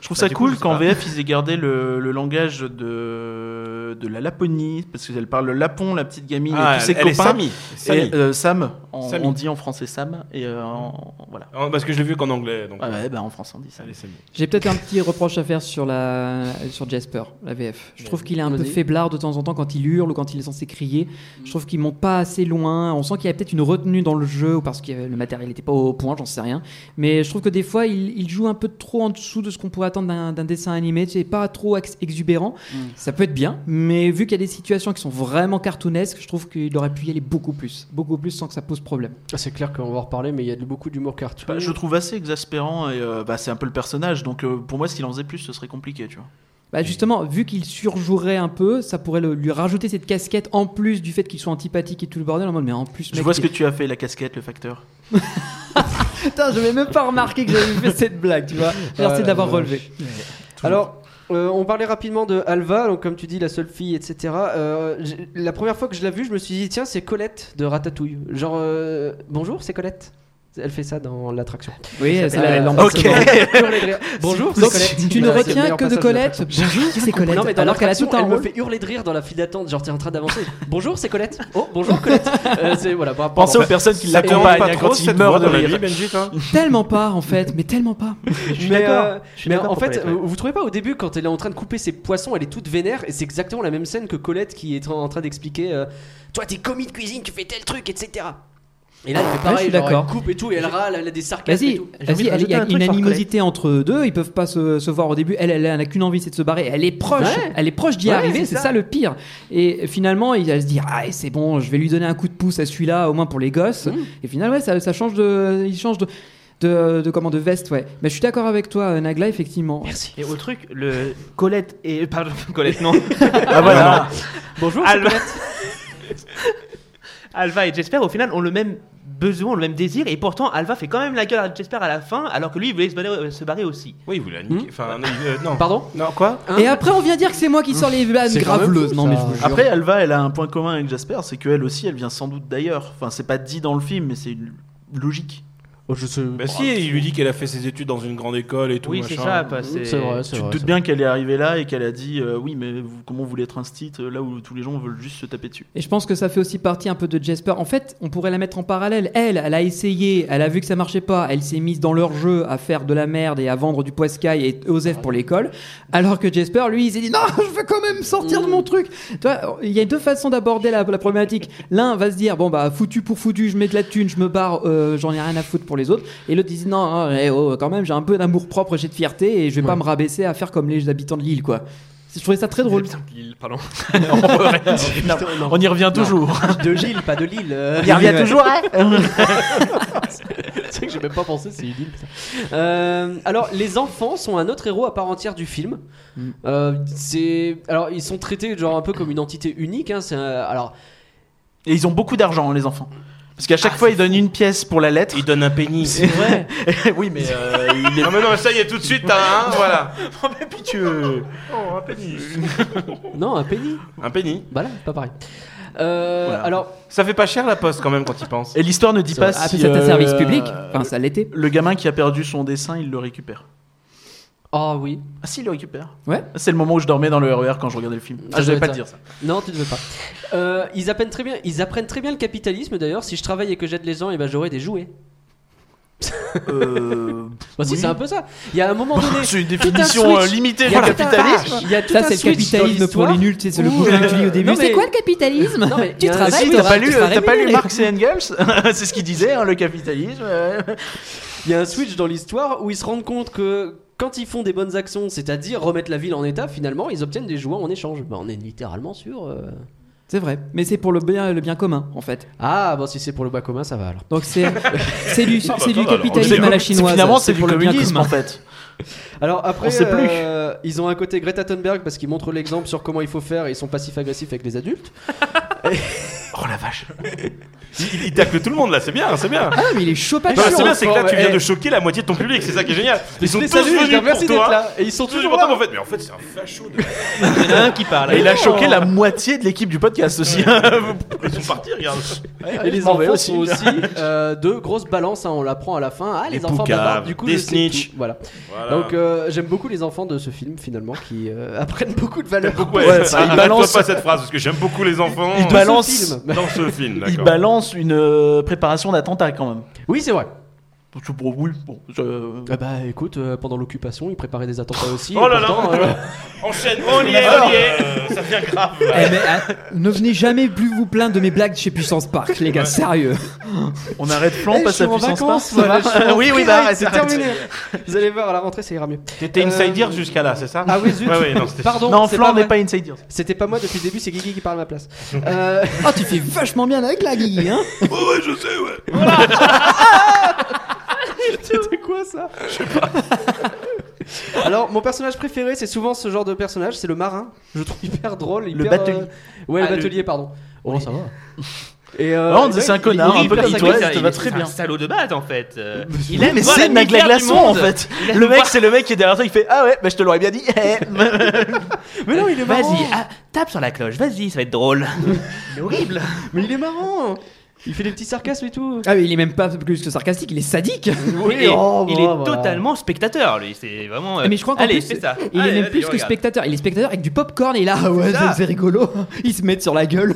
Speaker 5: Je trouve
Speaker 3: Bah,
Speaker 5: ça
Speaker 3: du coup, je
Speaker 5: cool
Speaker 3: sais
Speaker 5: qu'en
Speaker 3: pas.
Speaker 5: VF ils aient gardé le, le langage de, de la Laponie, parce qu'elle parle le lapon, la petite gamine et tous ses
Speaker 6: Ah, elle est
Speaker 5: copains.
Speaker 6: Samy.
Speaker 5: Et, euh, Sam, on,
Speaker 6: Samy.
Speaker 5: on dit en français Sam, et euh, en- voilà.
Speaker 6: Ah, Parce que je l'ai vu qu'en anglais. Donc.
Speaker 5: Ouais, ouais, bah, en français on dit Sam.
Speaker 6: Elle est Samy.
Speaker 7: J'ai peut-être un petit reproche à faire sur, la... sur Jasper, la VF. Je trouve qu'il est un peu
Speaker 4: Vas-y. Hmm.
Speaker 7: faiblard de temps en temps quand il hurle ou quand il est censé crier. Je trouve qu'il monte pas assez loin. On sent qu'il y a peut-être une retenue dans le jeu ou parce que euh, le matériel n'était pas au point, j'en sais rien. Mais je trouve que des fois, il, il joue un peu trop en dessous de ce qu'on pourrait attendre d'un d'un dessin animé. C'est pas trop ex- exubérant.
Speaker 4: Hmm.
Speaker 7: Ça peut être bien, mais vu qu'il y a des situations qui sont vraiment cartoonesques, je trouve qu'il aurait pu y aller beaucoup plus. Beaucoup plus sans que ça pose problème.
Speaker 4: Ah, C'est clair qu'on va en reparler, mais il y a de- beaucoup d'humour cartoon.
Speaker 5: Bah, je le trouve assez exaspérant et euh, bah, c'est un peu le personnage, donc euh, pour moi s'il en faisait plus ce serait compliqué, tu vois.
Speaker 7: Bah justement, vu qu'il surjouerait un peu, ça pourrait le- lui rajouter cette casquette en plus du fait qu'il soit antipathique et tout le bordel en mode mais en plus
Speaker 5: Je
Speaker 7: mec,
Speaker 5: vois ce que
Speaker 7: t'es-
Speaker 5: tu as fait, la casquette, le facteur.
Speaker 7: putain, j'avais même pas remarqué que j'avais fait cette blague, tu vois.
Speaker 4: Ah,
Speaker 7: Merci
Speaker 4: la
Speaker 7: de l'avoir
Speaker 4: vache.
Speaker 7: relevé.
Speaker 4: Alors, euh, on parlait rapidement de Alva, donc comme tu dis, la seule fille, etc. Euh, j'ai- la première fois que je l'ai vue, je me suis dit, tiens, c'est Colette de Ratatouille. Genre, euh, bonjour, c'est Colette. Elle fait ça dans l'attraction.
Speaker 7: Oui,
Speaker 4: Euh,
Speaker 7: c'est la
Speaker 4: c'est
Speaker 7: l'ambassadeur.
Speaker 4: bon. Hurler de rire. Bonjour, c'est
Speaker 7: Donc,
Speaker 4: Colette.
Speaker 7: tu
Speaker 4: Voilà, c'est
Speaker 7: ne
Speaker 4: le
Speaker 7: retiens
Speaker 4: meilleur
Speaker 7: que de
Speaker 4: passage
Speaker 7: Colette.
Speaker 4: l'attraction.
Speaker 7: Bonjour, c'est Colette.
Speaker 4: Non, mais dans
Speaker 7: alors qu'elle a
Speaker 4: l'attraction,
Speaker 7: tout un
Speaker 4: elle me
Speaker 7: rôle.
Speaker 4: fait hurler de rire dans la file d'attente. Genre, t'es en train d'avancer. Bonjour, c'est Colette. Oh, bonjour, Colette. Euh, c'est voilà. bon,
Speaker 5: Pensez
Speaker 4: pardon.
Speaker 5: aux personnes qui
Speaker 4: Et
Speaker 5: l'accompagnent
Speaker 6: pas
Speaker 5: hein,
Speaker 6: trop
Speaker 5: quand il
Speaker 6: cette
Speaker 5: meurt
Speaker 6: voix
Speaker 5: de
Speaker 6: dans la
Speaker 5: rire.
Speaker 6: vie, Benji, toi
Speaker 7: Tellement pas en fait, mais tellement pas.
Speaker 3: Je suis
Speaker 4: Mais,
Speaker 3: d'accord.
Speaker 4: euh,
Speaker 3: je suis
Speaker 4: mais
Speaker 3: d'accord
Speaker 4: en
Speaker 3: pour
Speaker 4: fait,
Speaker 3: Colette, ouais.
Speaker 4: euh, vous trouvez pas au début quand elle est en train de couper ses poissons, elle est toute vénère et c'est exactement la même scène que Colette qui est en- en train d'expliquer euh, Toi, t'es commis de cuisine, tu fais tel truc, etc. Et là, elle fait
Speaker 7: Ah Ouais, je
Speaker 4: pareil,
Speaker 7: suis
Speaker 4: genre,
Speaker 7: d'accord.
Speaker 4: elle coupe et tout, et elle râle, elle a des sarcasmes et
Speaker 7: Vas-y,
Speaker 4: tout.
Speaker 3: J'ai envie
Speaker 7: vas-y,
Speaker 3: de
Speaker 7: elle- il y
Speaker 3: rajouter un
Speaker 7: a une
Speaker 3: truc sur
Speaker 7: animosité entre eux deux, ils peuvent pas se, se voir au début. Elle, elle, elle n'a qu'une envie, c'est de se barrer. Elle est proche,
Speaker 4: Ouais.
Speaker 7: elle est proche d'y
Speaker 4: Ouais,
Speaker 7: arriver,
Speaker 4: c'est
Speaker 7: c'est ça.
Speaker 4: ça.
Speaker 7: le pire. Et finalement, il va se dire Ah, c'est bon, je vais lui donner un coup de pouce à celui-là, au moins pour les gosses.
Speaker 3: Mm.
Speaker 7: Et finalement, ouais, ça, ça change de. Il change de. De, de comment de veste ouais mais je suis d'accord avec toi euh, Nagla effectivement
Speaker 4: Merci.
Speaker 3: Et au truc, le Colette et. euh, Pardon, Colette, non.
Speaker 5: Ah voilà.
Speaker 4: Bonjour, c'est
Speaker 3: Alva.
Speaker 4: Colette.
Speaker 3: Alva et Jesper, au final, ont le même besoin, le même désir, et pourtant, Alva fait quand même la gueule à Jesper à la fin, alors que lui, il voulait se barrer, euh, se barrer aussi.
Speaker 6: Oui, vous la niquez. Enfin, non, euh, non.
Speaker 4: Pardon
Speaker 6: Non, quoi
Speaker 7: et après on vient dire que c'est moi qui
Speaker 3: Mm.
Speaker 7: sors les vannes
Speaker 4: C'est quand même
Speaker 7: graveleuses
Speaker 4: fou,
Speaker 7: non
Speaker 4: ça.
Speaker 7: mais je vous jure
Speaker 5: Après, Alva, elle a un point commun avec Jasper, c'est qu'elle aussi, elle vient sans doute d'ailleurs. Enfin, c'est pas dit dans le film, mais c'est une logique.
Speaker 4: Je sais.
Speaker 6: Bah si, il lui dit qu'elle a fait ses études dans une grande école et tout.
Speaker 3: oui, c'est
Speaker 6: machin.
Speaker 3: ça, pas- c'est.
Speaker 4: C'est vrai, c'est
Speaker 5: Tu te
Speaker 4: vrai.
Speaker 5: doutes bien qu'elle est arrivée là et qu'elle a dit euh, oui, mais vous- comment vous voulez être un stit euh, là où tous les gens veulent juste se taper dessus.
Speaker 7: Et je pense que ça fait aussi partie un peu de Jasper. En fait, on pourrait la mettre en parallèle. Elle, elle a essayé, elle a vu que ça marchait pas, elle s'est mise dans leur jeu à faire de la merde et à vendre du poiscaille et Osef pour l'école. Alors que Jasper, lui, il s'est dit non, je veux quand même sortir de
Speaker 5: Mm.
Speaker 7: mon truc. Tu vois, il y a deux façons d'aborder la, la problématique. L'un va se dire bon bah foutu pour foutu, je mets de la thune, je me barre, euh, j'en ai rien à foutre pour les autres. Et l'autre il dit non, non, eh, oh, quand même, j'ai un peu d'amour propre, j'ai de fierté et je vais pas me rabaisser à faire comme les habitants de l'île quoi. Je trouvais ça très drôle.
Speaker 3: Pardon.
Speaker 5: Non, on y revient toujours.
Speaker 4: De Lille, pas de Lille. euh.
Speaker 5: Il revient toujours.
Speaker 4: C'est que j'ai même pas pensé, c'est une île, ça. Euh, alors, les enfants sont un autre héros à part entière du film.
Speaker 7: Mm.
Speaker 4: Euh, c'est, alors, ils sont traités genre un peu comme une entité unique. Hein, c'est un- alors,
Speaker 5: Et ils ont beaucoup d'argent, hein, les enfants. Parce qu'à chaque fois, ils donnent une pièce pour la lettre.
Speaker 6: Il donne un pénis.
Speaker 5: oui, mais euh, il est-
Speaker 6: non, mais non, ça y est, Oh, tout de suite, t'as un, voilà.
Speaker 4: non, un penny.
Speaker 6: Un pénis.
Speaker 4: Bah là, pas pareil. Euh,
Speaker 5: Voilà.
Speaker 4: Alors,
Speaker 6: Ça fait pas cher la poste quand même quand il pense.
Speaker 5: Et l'histoire ne dit pas
Speaker 7: Ah,
Speaker 5: si.
Speaker 7: c'est un
Speaker 5: euh,
Speaker 7: service public. Enfin, ça l'était.
Speaker 5: Le gamin qui a perdu son dessin, il le récupère.
Speaker 4: ah oui.
Speaker 5: Ah si, il le récupère.
Speaker 7: Ouais.
Speaker 5: C'est le moment où je dormais dans le RER quand je regardais le film. Ah,
Speaker 4: Ça
Speaker 5: je devais
Speaker 4: doit
Speaker 5: pas
Speaker 4: être
Speaker 5: te dire ça.
Speaker 4: Non, tu ne veux pas. Euh, ils apprennent très bien. Ils apprennent très bien le capitalisme. D'ailleurs, si je travaille et que j'aide les gens, et ben j'aurai des jouets.
Speaker 5: Euh,
Speaker 4: Bah, si,
Speaker 5: oui.
Speaker 4: c'est un peu ça. Il y a un moment donné. ah,
Speaker 5: C'est une
Speaker 4: tout un
Speaker 5: définition euh,
Speaker 4: switch.
Speaker 5: limitée
Speaker 4: Bah, Il y
Speaker 5: du
Speaker 4: a tout un-
Speaker 5: capitalisme.
Speaker 4: Il y a tout
Speaker 7: Ça,
Speaker 4: un
Speaker 7: c'est le
Speaker 4: switch dans
Speaker 7: capitalisme pour
Speaker 4: l'histoire.
Speaker 7: les nuls, tu sais, c'est le
Speaker 4: Ouh.
Speaker 7: bouquin que tu lis au début.
Speaker 4: Non, mais-
Speaker 7: le capitalisme
Speaker 4: Non, mais il y a un-
Speaker 5: Ah, si,
Speaker 7: tu
Speaker 5: t'as pas
Speaker 7: seras-
Speaker 5: lu,
Speaker 7: tu seras
Speaker 5: t'as pas lu
Speaker 7: rémunéré.
Speaker 5: Marx et Engels C'est ce qu'il disait, hein, le capitalisme. euh.
Speaker 4: Il y a un switch dans l'histoire où ils se rendent compte que quand ils font des bonnes actions, c'est-à-dire remettre la ville en état, finalement, ils obtiennent des jouets en échange. Bah, on est littéralement sûr. euh.
Speaker 7: C'est vrai, mais c'est pour le bien, le bien commun en fait.
Speaker 4: Ah, bon, si c'est pour le bas commun, ça va alors.
Speaker 7: Donc c'est c'est du, c'est du
Speaker 6: ça va, alors.
Speaker 7: capitalisme à la
Speaker 5: C'est-
Speaker 7: chinoise.
Speaker 5: Finalement, c'est du
Speaker 7: pour le bien
Speaker 5: communisme
Speaker 7: commun.
Speaker 5: en fait.
Speaker 4: Alors après,
Speaker 7: On sait plus.
Speaker 4: euh, ils ont un côté Greta Thunberg parce qu'ils montrent l'exemple sur comment il faut faire et ils sont passifs-agressifs avec les adultes.
Speaker 6: Oh,
Speaker 9: Il, il tacle tout le monde là, c'est bien, c'est bien.
Speaker 7: Ah, mais il est chaud pas
Speaker 9: Non,
Speaker 7: chaud,
Speaker 9: Bah, c'est bien,
Speaker 7: hein.
Speaker 9: c'est que là tu viens
Speaker 4: eh.
Speaker 9: de choquer la moitié de ton public, c'est ça qui est génial. Ils sont
Speaker 4: Je les
Speaker 9: tous
Speaker 4: salue, je
Speaker 9: venus
Speaker 4: leur
Speaker 9: pour
Speaker 4: remercie d'être
Speaker 9: toi.
Speaker 4: là. Et ils sont
Speaker 9: Tous
Speaker 4: toujours
Speaker 9: contents,
Speaker 4: là.
Speaker 9: mais en fait, mais en fait c'est un facho. De...
Speaker 3: Il y en a un qui parle.
Speaker 9: Oh.
Speaker 5: Et il a choqué la moitié de l'équipe du podcast aussi. hein.
Speaker 9: Ils sont partis, regarde.
Speaker 4: Et les
Speaker 5: je m'en vais
Speaker 4: enfants
Speaker 5: aussi.
Speaker 4: sont aussi euh, deux grosses balances, hein, on l'apprend à la fin. Ah, les,
Speaker 5: Les
Speaker 4: enfants
Speaker 5: poucaves,
Speaker 4: bavards, du coup,
Speaker 5: des
Speaker 4: je sais
Speaker 5: snitchs.
Speaker 4: tout. Voilà.
Speaker 9: Voilà.
Speaker 4: Donc euh, j'aime beaucoup les enfants de ce film finalement qui euh, apprennent beaucoup de valeur.
Speaker 9: Ouais,
Speaker 5: Ouais,
Speaker 9: ça,
Speaker 5: il
Speaker 9: arrête-toi
Speaker 5: balance-
Speaker 9: pas cette phrase parce que j'aime beaucoup les enfants
Speaker 5: Il
Speaker 4: De ce
Speaker 5: balance-
Speaker 4: film.
Speaker 9: dans ce film.
Speaker 5: Il
Speaker 9: d'accord.
Speaker 5: balance une euh, préparation d'attentat quand même.
Speaker 4: Oui, c'est vrai.
Speaker 5: Je- bon, oui, bon, je-
Speaker 4: Ah bah écoute, euh, pendant l'occupation, ils préparaient des attentats aussi.
Speaker 9: Oh
Speaker 4: et
Speaker 9: là là.
Speaker 4: pourtant, euh,
Speaker 9: Enchaîne, on y est, on y est. Euh, ça devient grave. là.
Speaker 7: Eh, mais, ah, ne venez jamais plus vous plaindre de mes blagues chez Puissance Park, les gars, sérieux.
Speaker 5: On arrête flan,
Speaker 4: Eh,
Speaker 5: on passe
Speaker 4: je
Speaker 5: à
Speaker 4: suis en
Speaker 5: puissance
Speaker 4: vacances,
Speaker 5: Park.
Speaker 4: voilà, je suis en
Speaker 5: Oui, oui,
Speaker 4: freelance,
Speaker 5: bah arrête,
Speaker 4: c'est
Speaker 5: arrête.
Speaker 4: terminé. Vous allez voir, à la rentrée, ça ira mieux.
Speaker 9: T'étais insider jusqu'à là, c'est ça
Speaker 4: Ah oui, zut.
Speaker 9: Ouais, ouais, non, c'était-
Speaker 4: Pardon,
Speaker 5: Non,
Speaker 4: c'est
Speaker 5: flan
Speaker 4: pas
Speaker 5: n'est
Speaker 4: vrai.
Speaker 5: pas insider.
Speaker 4: C'était pas moi depuis le début, c'est Guigui qui parle à ma place. Euh,
Speaker 7: Ah, tu fais vachement bien avec la Guigui, hein.
Speaker 2: Oh ouais, je sais, ouais.
Speaker 4: C'était quoi ça Je sais pas. Alors, mon personnage préféré, c'est souvent ce genre de personnage, c'est le marin. Je le trouve hyper drôle. Hyper,
Speaker 5: batelier.
Speaker 4: euh, Ouais,
Speaker 5: Ah,
Speaker 4: le
Speaker 5: le-
Speaker 4: batelier, pardon. Oh, ça va. Et euh,
Speaker 5: Non, on dit c'est un
Speaker 4: il-
Speaker 5: connard,
Speaker 4: il-
Speaker 5: un peu
Speaker 4: il-
Speaker 5: comme
Speaker 4: il-
Speaker 5: toi,
Speaker 4: il-
Speaker 5: ça
Speaker 4: il-
Speaker 5: va très bien.
Speaker 3: un salaud de base en fait. Euh,
Speaker 5: Oui,
Speaker 3: aime
Speaker 5: mais
Speaker 3: voir
Speaker 5: c'est
Speaker 3: la
Speaker 5: de la
Speaker 3: misère du
Speaker 5: glaçon en
Speaker 3: monde.
Speaker 5: fait.
Speaker 3: Il aime
Speaker 5: Le mec,
Speaker 3: voir-
Speaker 5: c'est le mec qui est derrière toi, il fait Ah ouais, bah je te l'aurais bien dit.
Speaker 4: Mais non, il est marrant.
Speaker 3: Vas-y, ah, tape sur la cloche, vas-y, ça va être drôle. C'est horrible.
Speaker 4: Mais il est marrant. Il fait des petits sarcasmes et tout.
Speaker 7: Ah, mais il est même pas plus que sarcastique, il est sadique.
Speaker 3: il est,
Speaker 4: oh,
Speaker 3: il
Speaker 4: bah,
Speaker 3: est
Speaker 4: voilà.
Speaker 3: totalement spectateur, lui. C'est vraiment. euh,
Speaker 7: Ah, mais je crois qu'en
Speaker 3: allez,
Speaker 7: plus,
Speaker 3: fais ça.
Speaker 7: Il
Speaker 3: Allez,
Speaker 7: est même
Speaker 3: vas-y,
Speaker 7: plus que
Speaker 3: regarde.
Speaker 7: spectateur, il est spectateur avec du popcorn et là, ah ouais,
Speaker 3: C'est ça.
Speaker 7: c'est c'est rigolo. Ils se mettent sur la gueule.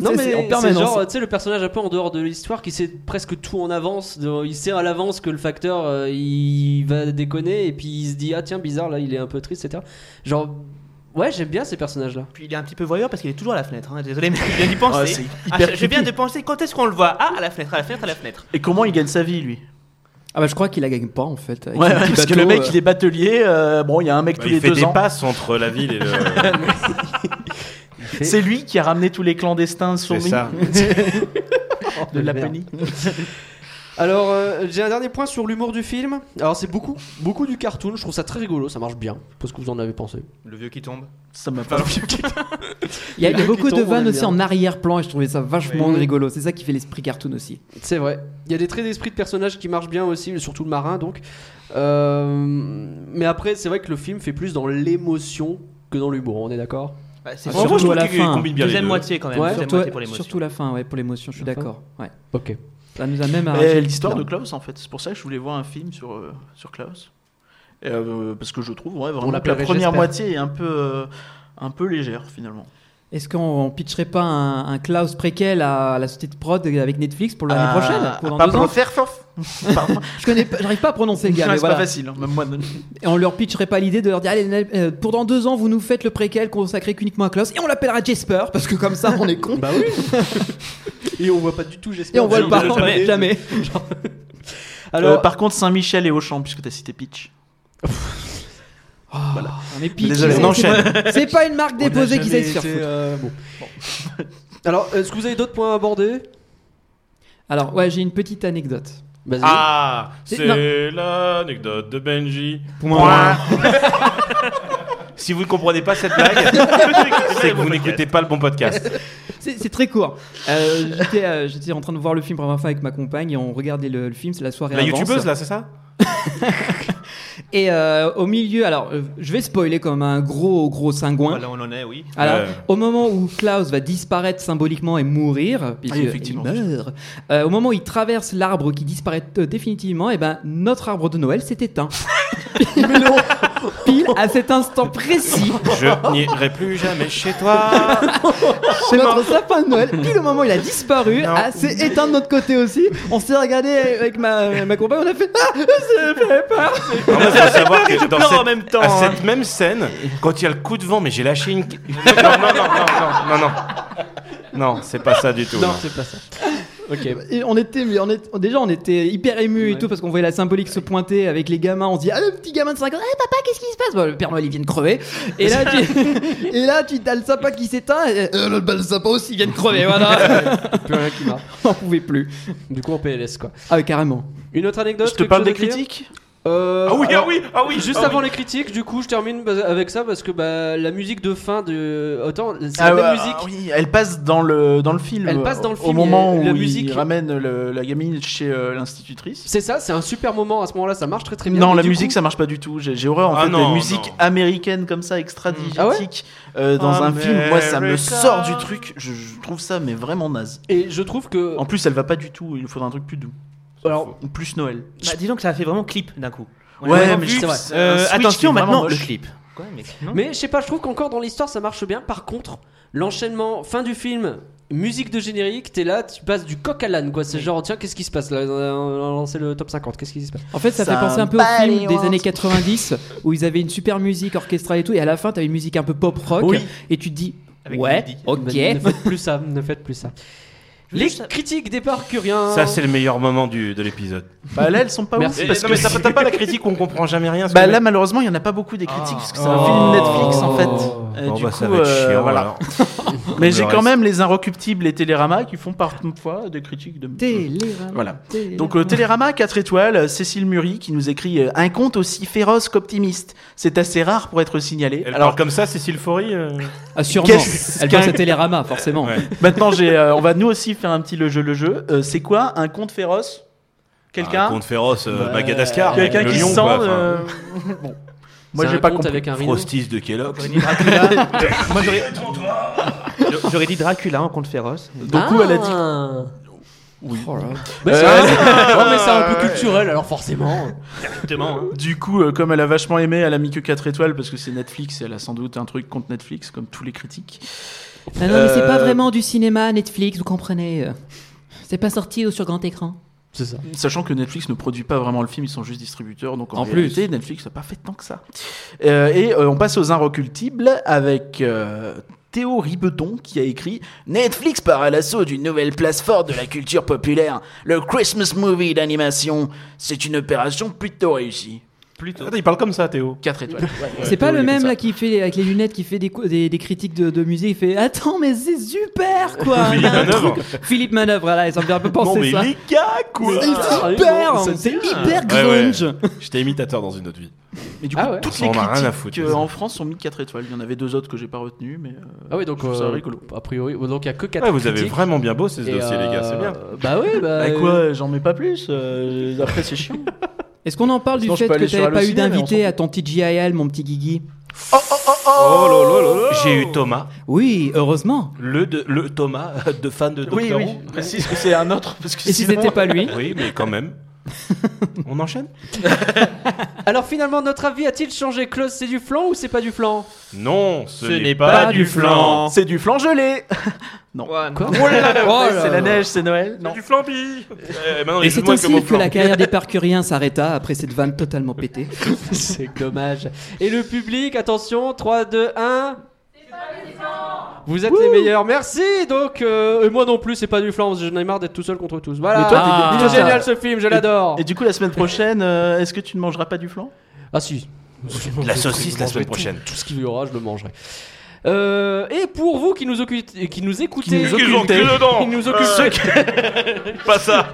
Speaker 4: Non
Speaker 7: C'est-
Speaker 4: mais
Speaker 7: c'est en
Speaker 4: c'est
Speaker 7: permanence.
Speaker 4: genre tu sais le personnage un peu en dehors de l'histoire qui sait presque tout en avance, de- il sait à l'avance que le facteur euh, il va déconner et puis il se dit ah tiens bizarre là il est un peu triste etc. Genre ouais j'aime bien ces personnages là.
Speaker 3: Puis il est un petit peu voyeur parce qu'il est toujours à la fenêtre. hein. Désolé, mais je viens d'y penser.
Speaker 5: Ah, c'est
Speaker 3: Ah,
Speaker 5: hyper
Speaker 3: je- je viens de penser quand est-ce qu'on le voit Ah, à la fenêtre, à la fenêtre, à la fenêtre.
Speaker 5: Et comment il gagne sa vie lui
Speaker 7: Ah bah je crois qu'il la gagne pas en fait. avec
Speaker 5: Ouais,
Speaker 7: son
Speaker 5: ouais,
Speaker 7: Bah, petit
Speaker 5: parce que
Speaker 7: bateau,
Speaker 5: le mec
Speaker 7: euh.
Speaker 5: il est batelier, euh, bon il y a un mec
Speaker 9: Bah,
Speaker 5: tous
Speaker 9: il
Speaker 5: les
Speaker 9: fait
Speaker 5: deux
Speaker 9: des
Speaker 5: ans.
Speaker 9: passes entre la ville et le.
Speaker 5: C'est lui qui a ramené tous les clandestins sur
Speaker 9: C'est ça.
Speaker 5: de Laponie.
Speaker 4: Alors euh, j'ai un dernier point sur l'humour du film. Alors c'est beaucoup beaucoup du cartoon, je trouve ça très rigolo, ça marche bien. Parce que vous en avez pensé.
Speaker 3: Le vieux qui tombe.
Speaker 5: Ça m'a
Speaker 9: Ah,
Speaker 5: pas
Speaker 7: euh, Il y a, il y a
Speaker 4: Le
Speaker 7: beaucoup
Speaker 4: cliton,
Speaker 7: de
Speaker 4: on aime
Speaker 7: vannes aussi
Speaker 4: bien.
Speaker 7: en arrière-plan et je trouvais ça vachement
Speaker 4: Oui.
Speaker 7: rigolo. C'est ça qui fait l'esprit cartoon aussi.
Speaker 4: C'est vrai. Il y a des traits d'esprit de personnages qui marchent bien aussi, mais surtout le marin donc. Euh, mais après c'est vrai que le film fait plus dans l'émotion que dans l'humour, on est d'accord
Speaker 3: Bah, c'est
Speaker 7: Ah,
Speaker 3: surtout
Speaker 7: surtout à la
Speaker 9: qu'il
Speaker 7: fin.
Speaker 9: combine bien les
Speaker 3: deuxième
Speaker 9: deux.
Speaker 3: moitié quand même.
Speaker 4: Ouais,
Speaker 3: deuxième
Speaker 7: surtout,
Speaker 3: moitié pour l'émotion.
Speaker 7: surtout la fin, ouais, pour l'émotion, je suis
Speaker 4: La fin.
Speaker 7: d'accord. Ouais.
Speaker 4: Ok.
Speaker 7: Ça nous a même
Speaker 5: Mais
Speaker 7: arraché.
Speaker 5: l'histoire de
Speaker 7: Non.
Speaker 5: Klaus en fait. C'est pour ça que je voulais voir un film sur, euh, sur Klaus. Et, euh, parce que je trouve ouais,
Speaker 4: On
Speaker 5: vraiment que la
Speaker 4: l'appellerait
Speaker 5: première
Speaker 4: Jesper.
Speaker 5: moitié est un peu, euh, un peu légère finalement.
Speaker 7: Est-ce qu'on on pitcherait pas un, un Klaus préquel à, la société de prod avec Netflix pour l'année
Speaker 5: Ah,
Speaker 7: prochaine pour dans
Speaker 5: pas
Speaker 7: deux ans
Speaker 5: faire fof. Pardon.
Speaker 7: Je connais pas- j'arrive pas à prononcer le
Speaker 5: Ouais,
Speaker 7: gars. mais
Speaker 5: C'est
Speaker 7: voilà.
Speaker 5: pas facile, hein, même moi. non.
Speaker 7: Et on leur pitcherait pas l'idée de leur dire allez, euh, pour dans deux ans vous nous faites le préquel consacré qu'uniquement à Klaus et on l'appellera Jasper parce que comme ça on est con.
Speaker 4: Bah oui. et on voit pas du tout, j'espère.
Speaker 7: Et on voit le
Speaker 3: Jamais,
Speaker 7: parent
Speaker 3: jamais.
Speaker 7: jamais.
Speaker 5: Euh,
Speaker 4: Alors,
Speaker 5: par contre, Saint-Michel et Auchan, puisque t'as cité Pitch.
Speaker 7: Ah, mais pitch,
Speaker 5: Désolé,
Speaker 7: c'est-
Speaker 5: on enchaîne.
Speaker 7: c'est- C'est pas une marque déposée qui sait se faire
Speaker 4: été,
Speaker 7: foutre.
Speaker 4: euh, bon. Alors, est-ce que vous avez d'autres points à aborder
Speaker 7: Alors ouais j'ai une petite anecdote.
Speaker 4: Vas-y.
Speaker 9: Ah,
Speaker 7: C'est- non.
Speaker 9: c'est l'anecdote de Benji.
Speaker 7: Point.
Speaker 9: si vous ne comprenez pas cette blague, c'est que vous n'écoutez pas le bon podcast.
Speaker 7: C'est c'est très court. Euh, J'étais euh, j'étais en train de voir le film pour la première fois avec ma compagne et on regardait le, le film, c'est la soirée
Speaker 9: La
Speaker 7: avance.
Speaker 9: youtubeuse là, c'est ça
Speaker 7: Et euh, au milieu, alors euh, je vais spoiler comme un gros gros cingouin.
Speaker 3: Voilà, on en est, oui.
Speaker 7: Alors,
Speaker 9: Ouais.
Speaker 7: au moment où Klaus va disparaître symboliquement et mourir,
Speaker 5: Ah,
Speaker 7: puisqu'il
Speaker 5: effectivement.
Speaker 7: meurt, euh, au moment où il traverse l'arbre qui disparaît euh, définitivement, et ben notre arbre de Noël s'est éteint. Pile à cet instant précis,
Speaker 9: Je n'irai plus jamais chez toi.
Speaker 7: c'est notre sapin de Noël, pile au moment où il a disparu,
Speaker 9: Non.
Speaker 7: ah, s'est éteint de notre côté aussi. On s'est regardé avec ma, ma compagne, on a fait Ah, ça fait peur
Speaker 9: Non, mais faut savoir que dans
Speaker 3: pleure en
Speaker 9: cette,
Speaker 3: même temps,
Speaker 9: à
Speaker 3: hein.
Speaker 9: cette même scène, quand il y a le coup de vent, mais j'ai lâché une. Non, non, non, non, non, non, non. Non, c'est pas ça du tout.
Speaker 4: non,
Speaker 9: non.
Speaker 4: c'est pas ça. Ok.
Speaker 7: Et on était, mais on est, déjà on était hyper ému
Speaker 4: Ouais.
Speaker 7: et tout parce qu'on voyait la symbolique se pointer avec les gamins. On se dit ah le petit gamin de 5 ans, Eh, papa qu'est-ce qui se passe Bah, Le Père Noël il vient de crever. Et là tu, et là tu t'as le sapin qui s'éteint. Et, euh, le, bah, le sapin aussi il vient de crever. Voilà,
Speaker 4: Plus rien qui marche.
Speaker 7: on pouvait plus.
Speaker 4: Du coup, en PLS quoi.
Speaker 7: Ah ouais, carrément.
Speaker 4: Une autre anecdote
Speaker 5: Je te
Speaker 4: quelque
Speaker 5: parle
Speaker 4: chose
Speaker 5: des
Speaker 4: à dire
Speaker 5: critiques
Speaker 4: Euh,
Speaker 6: Ah oui, ah
Speaker 4: alors,
Speaker 6: oui, ah oui
Speaker 4: Juste
Speaker 6: ah
Speaker 4: avant
Speaker 6: oui.
Speaker 4: les critiques, du coup, je termine bah, avec ça parce que bah, la musique de fin de autant c'est
Speaker 5: Ah,
Speaker 4: la même
Speaker 5: ah,
Speaker 4: musique.
Speaker 5: oui, elle passe dans le dans le film. euh,
Speaker 4: Elle passe dans le
Speaker 5: Au
Speaker 4: film,
Speaker 5: moment
Speaker 4: et
Speaker 5: où
Speaker 4: la
Speaker 5: il
Speaker 4: musique-
Speaker 5: ramène le- la gamine chez euh, l'institutrice.
Speaker 4: C'est ça, c'est un super moment à ce moment-là, ça marche très très bien.
Speaker 5: Non,
Speaker 4: mais
Speaker 5: la
Speaker 4: du
Speaker 5: musique
Speaker 4: coup-
Speaker 5: ça marche pas du tout. J'ai j'ai horreur en
Speaker 6: Ah
Speaker 5: fait
Speaker 6: non,
Speaker 5: des musiques
Speaker 6: non.
Speaker 5: américaines comme ça extra
Speaker 4: Ah ouais
Speaker 5: digitiques euh, dans un film. Moi, ça me sort du truc. Je, je trouve ça mais vraiment naze.
Speaker 4: Et je trouve que
Speaker 5: En plus, elle va pas du tout. Il nous faudrait un truc plus doux.
Speaker 4: Euh. alors
Speaker 5: Plus Noël.
Speaker 3: Bah, dis donc, ça a fait vraiment clip d'un coup. On a
Speaker 5: Ouais,
Speaker 3: vraiment
Speaker 5: mais
Speaker 3: vu-
Speaker 5: je-
Speaker 4: c'est vrai.
Speaker 5: c'est un
Speaker 3: Euh,
Speaker 5: switch qui est
Speaker 3: attention
Speaker 5: vraiment
Speaker 3: maintenant le
Speaker 5: moche.
Speaker 3: clip. Quoi, mec non
Speaker 4: mais je sais pas, je trouve qu'encore dans l'histoire ça marche bien. Par contre, l'enchaînement fin du film Musique de générique, t'es là, tu passes du coq à l'âne, quoi. C'est genre, tiens, qu'est-ce qui se passe là On a lancé le top 50, qu'est-ce qui se passe
Speaker 7: En fait, ça,
Speaker 5: Ça
Speaker 7: fait penser un peu
Speaker 5: bat
Speaker 7: au
Speaker 5: les
Speaker 7: film des
Speaker 5: rois.
Speaker 7: années 90 où ils avaient une super musique orchestrale et tout, et à la fin, t'as une musique un peu pop rock,
Speaker 5: Oui.
Speaker 7: et tu te dis,
Speaker 3: Avec
Speaker 7: ouais,
Speaker 3: Lady.
Speaker 7: ok.
Speaker 4: Ne faites plus ça, ne faites plus ça.
Speaker 3: veux
Speaker 4: Les
Speaker 3: juste sa-
Speaker 4: critiques des parcuriens.
Speaker 9: Ça, c'est le meilleur moment du, de l'épisode.
Speaker 5: Bah là, elles sont pas
Speaker 4: Merci.
Speaker 5: ouf.
Speaker 6: Et-
Speaker 5: Parce
Speaker 6: non,
Speaker 5: que
Speaker 6: mais ça t'as pas la critique, on comprend jamais rien. ce
Speaker 5: Bah
Speaker 6: que-
Speaker 5: là malheureusement il y en a pas beaucoup des critiques parce que c'est un
Speaker 6: Oh.
Speaker 5: film Netflix en
Speaker 4: Oh.
Speaker 5: fait. Et
Speaker 9: Bon,
Speaker 5: du
Speaker 9: bah,
Speaker 5: coup,
Speaker 9: ça va être
Speaker 5: euh,
Speaker 9: chiant,
Speaker 5: voilà.
Speaker 9: alors.
Speaker 5: Mais
Speaker 9: Le
Speaker 5: j'ai quand
Speaker 9: reste.
Speaker 5: même les Inrecuptibles et Télérama qui font parfois des critiques de.
Speaker 7: Télérama,
Speaker 5: Voilà.
Speaker 7: Télérama.
Speaker 5: Donc euh, Télérama 4 étoiles, euh, Cécile Murie qui nous écrit euh, un conte aussi féroce qu'optimiste. C'est assez rare pour être signalé.
Speaker 6: Elle
Speaker 5: Alors
Speaker 6: parle comme ça, Cécile Faury. euh,
Speaker 7: Ah, sûrement.
Speaker 5: Qu'est-ce
Speaker 7: Elle
Speaker 5: qu'un-
Speaker 7: pense à Télérama, forcément.
Speaker 6: Ouais.
Speaker 5: maintenant j'ai, euh, on va nous aussi faire un petit le jeu le jeu. Euh, c'est quoi un conte féroce
Speaker 9: Un
Speaker 5: Quelqu'un
Speaker 9: conte féroce, euh,
Speaker 5: Bah,
Speaker 9: Madagascar.
Speaker 5: Quelqu'un
Speaker 9: le
Speaker 5: qui
Speaker 9: lion,
Speaker 5: sent.
Speaker 9: quoi, enfin,
Speaker 5: euh, bon. Moi
Speaker 4: C'est
Speaker 5: j'ai
Speaker 4: un
Speaker 5: pas
Speaker 4: conte
Speaker 5: compris.
Speaker 4: avec un rhino.
Speaker 9: Frosties de Kellogg's.
Speaker 3: Moi, j'aurais- J'aurais dit Dracula en compte féroce.
Speaker 5: Du coup elle a dit.
Speaker 4: Ah.
Speaker 5: Oui.
Speaker 4: Oh là là. Mais c'est
Speaker 5: Euh,
Speaker 4: un- Ouais, mais c'est un peu culturel, alors forcément.
Speaker 5: Du coup, euh, comme elle a vachement aimé, elle a mis que 4 étoiles parce que c'est Netflix et elle a sans doute un truc contre Netflix, comme tous les critiques.
Speaker 7: Ah non, mais c'est
Speaker 5: Euh,
Speaker 7: pas vraiment du cinéma, Netflix, vous comprenez. euh. C'est pas sorti sur grand écran.
Speaker 4: C'est ça.
Speaker 5: Sachant que Netflix ne produit pas vraiment le film, ils sont juste distributeurs, donc en,
Speaker 7: En plus.
Speaker 5: réalité, Netflix n'a pas fait tant que ça. Euh, et euh, on passe aux inrecultibles avec euh, Théo Ribeton qui a écrit Netflix part à l'assaut d'une nouvelle place forte de la culture populaire, le Christmas movie d'animation. C'est une opération plutôt réussie.
Speaker 6: Attends, il parle comme ça, Théo.
Speaker 5: 4 étoiles.
Speaker 7: C'est pas
Speaker 5: Théo,
Speaker 7: le
Speaker 5: il est
Speaker 7: même
Speaker 5: comme
Speaker 7: là qui fait avec les lunettes qui fait des, cou- des, des critiques de, de musique. Il fait attends mais c'est super quoi.
Speaker 6: Philippe
Speaker 7: Il y a un
Speaker 6: Manœuvre.
Speaker 7: truc- Philippe Manœuvre là, ça me fait un peu penser ça.
Speaker 6: gars, quoi
Speaker 7: C'est hyper, c'est hyper
Speaker 9: Ouais, ouais.
Speaker 7: grunge.
Speaker 9: J'étais imitateur dans une autre vie.
Speaker 5: Mais du coup,
Speaker 4: Ah ouais.
Speaker 5: toutes
Speaker 9: On
Speaker 5: les
Speaker 9: en a rien à
Speaker 5: critiques
Speaker 9: foutre,
Speaker 5: euh,
Speaker 9: les
Speaker 5: en France ont mis 4 étoiles. Il y en avait deux autres que j'ai pas retenues, mais. euh,
Speaker 4: Ah oui, donc
Speaker 5: Je trouve ça
Speaker 4: euh,
Speaker 5: rigolo.
Speaker 4: a priori, donc il y a que 4
Speaker 6: Ouais, vous avez vraiment bien bossé ce
Speaker 4: Et,
Speaker 6: dossier, les gars, c'est
Speaker 4: euh,
Speaker 6: bien.
Speaker 4: Bah oui, bah.
Speaker 5: Bah
Speaker 4: euh,
Speaker 5: quoi, j'en mets pas plus. euh, après, c'est chiant.
Speaker 7: Est-ce qu'on en parle
Speaker 5: Sinon,
Speaker 7: du
Speaker 5: je
Speaker 7: fait
Speaker 5: peux
Speaker 7: que
Speaker 5: aller sur
Speaker 7: t'avais pas eu
Speaker 5: Allociné, mais on s'en
Speaker 7: d'invité
Speaker 5: fout.
Speaker 7: à ton TGIL mon petit Guigui
Speaker 6: Oh là là là là. J'ai eu Thomas,
Speaker 7: Oui, heureusement.
Speaker 6: le, de- le Thomas euh, de fan de Doctor
Speaker 5: Oui, oui.
Speaker 6: Who.
Speaker 5: Précise que c'est un autre parce que
Speaker 7: Et si
Speaker 5: sinon-
Speaker 7: c'était pas lui
Speaker 6: Oui, mais quand même. On enchaîne
Speaker 4: Alors finalement, notre avis a-t-il changé Klaus, c'est du flan ou c'est pas du flan
Speaker 6: Non, ce,
Speaker 3: Ce
Speaker 6: n'est pas, du flan.
Speaker 5: C'est du flan gelé.
Speaker 4: Quoi
Speaker 5: c'est la neige, c'est Noël.
Speaker 6: C'est du flambi. Eh, maintenant,
Speaker 7: Et
Speaker 6: les
Speaker 7: c'est
Speaker 6: jeux de mots comme au
Speaker 7: ainsi que
Speaker 6: flan.
Speaker 7: la carrière des parkuriens s'arrêta après cette vanne totalement pétée.
Speaker 4: C'est dommage. Et le public, attention, 3, 2, 1. Vous êtes les meilleurs, merci! Donc, euh, et moi non plus, c'est pas du flan, j'en ai marre d'être tout seul contre tous. Voilà!
Speaker 5: Mais toi, t'es-
Speaker 4: Ah, il est
Speaker 5: toi,
Speaker 4: génial ce
Speaker 5: t'as-
Speaker 4: film, je l'adore!
Speaker 5: Et du coup, la semaine prochaine, euh, est-ce que tu ne mangeras pas du flan
Speaker 4: Ah si.
Speaker 6: la saucisse la
Speaker 4: Je mangerai
Speaker 6: semaine
Speaker 4: tout-
Speaker 6: prochaine.
Speaker 4: Tout ce qu'il y aura, je le mangerai. Euh, et pour vous qui nous, occu- qui nous écoutez,
Speaker 6: Qu'est-ce qu'ils ont
Speaker 4: Qui
Speaker 6: cru dedans
Speaker 4: nous occupez-
Speaker 6: Euh, Pas ça.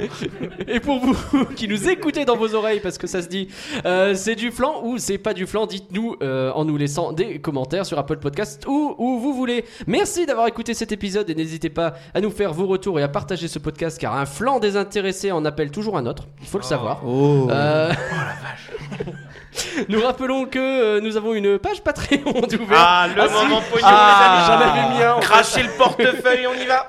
Speaker 4: et pour vous qui nous écoutez dans vos oreilles parce que ça se dit, euh, c'est du flan ou c'est pas du flan, dites-nous euh, en nous laissant des commentaires sur Apple Podcast ou où vous voulez. Merci d'avoir écouté cet épisode et n'hésitez pas à nous faire vos retours et à partager ce podcast car un flan désintéressé en appelle toujours un autre, il faut le savoir.
Speaker 7: Oh.
Speaker 4: Euh, Nous rappelons que euh, nous avons une page Patreon ouverte.
Speaker 6: Ah, le
Speaker 4: Ah, si.
Speaker 6: moment pognon,
Speaker 4: Ah,
Speaker 6: les amis.
Speaker 4: j'en avais mis un, en fait.
Speaker 6: Crachez le portefeuille, on y va.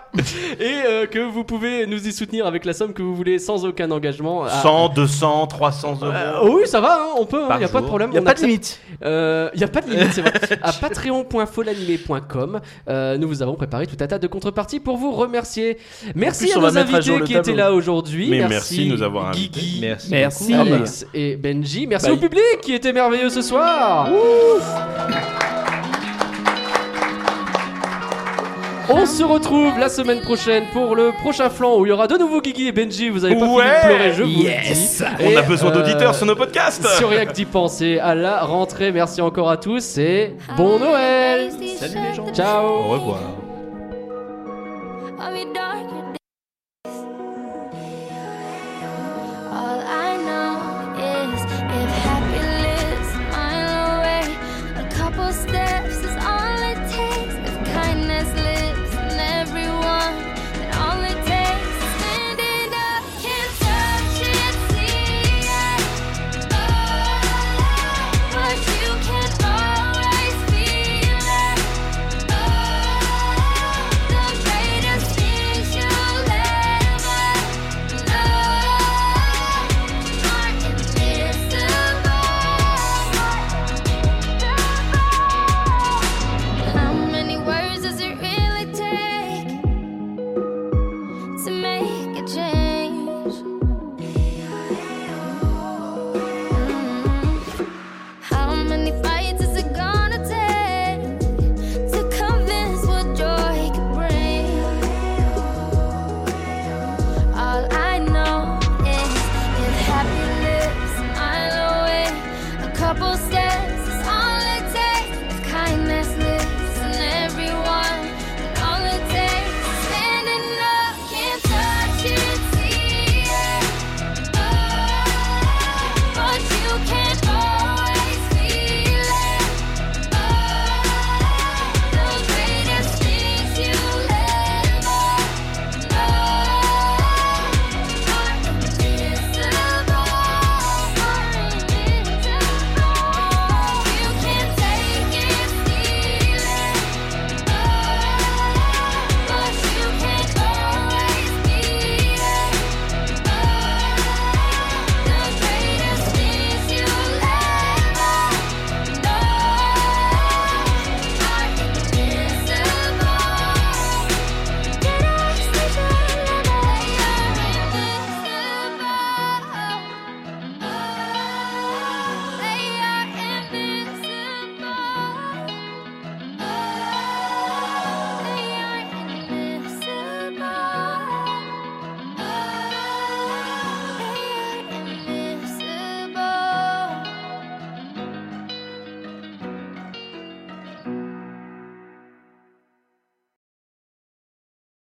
Speaker 4: et euh, que vous pouvez nous y soutenir avec la somme que vous voulez sans aucun engagement. Ah,
Speaker 6: 100, 200, 300 euros.
Speaker 4: euh, oh oui, ça va, hein, on peut, il
Speaker 6: Par
Speaker 4: n'y a pas
Speaker 6: jour.
Speaker 4: de problème.
Speaker 5: Il y a
Speaker 4: on
Speaker 5: pas de
Speaker 4: accepte.
Speaker 5: limite.
Speaker 4: Euh, y a pas de limite, c'est vrai. À patreon.folanimé.com, euh, nous vous avons préparé tout un tas de contreparties pour vous remercier. Merci
Speaker 5: En plus,
Speaker 4: à
Speaker 5: on
Speaker 4: nos
Speaker 5: va mettre à jour
Speaker 4: invités
Speaker 5: le
Speaker 4: qui
Speaker 5: tableau.
Speaker 4: étaient là aujourd'hui.
Speaker 6: Mais merci de nous avoir
Speaker 4: Guigui,
Speaker 3: Merci.
Speaker 7: Merci. Ah,
Speaker 4: Alex et Benji. Merci au public qui était merveilleux ce soir. On se retrouve la semaine prochaine pour le prochain flanc où il y aura de nouveau Guigui et Benji. Vous avez pas fini
Speaker 6: Ouais.
Speaker 4: de pleurer, je
Speaker 7: Yes.
Speaker 4: vous le dis.
Speaker 6: On a
Speaker 4: Et,
Speaker 6: besoin
Speaker 4: euh,
Speaker 6: d'auditeurs sur nos podcasts.
Speaker 4: sur rien que d'y penser, à la rentrée, merci encore à tous et bon Noël
Speaker 1: Salut les gens
Speaker 4: Ciao
Speaker 6: Au revoir.
Speaker 1: Ah oui, donc,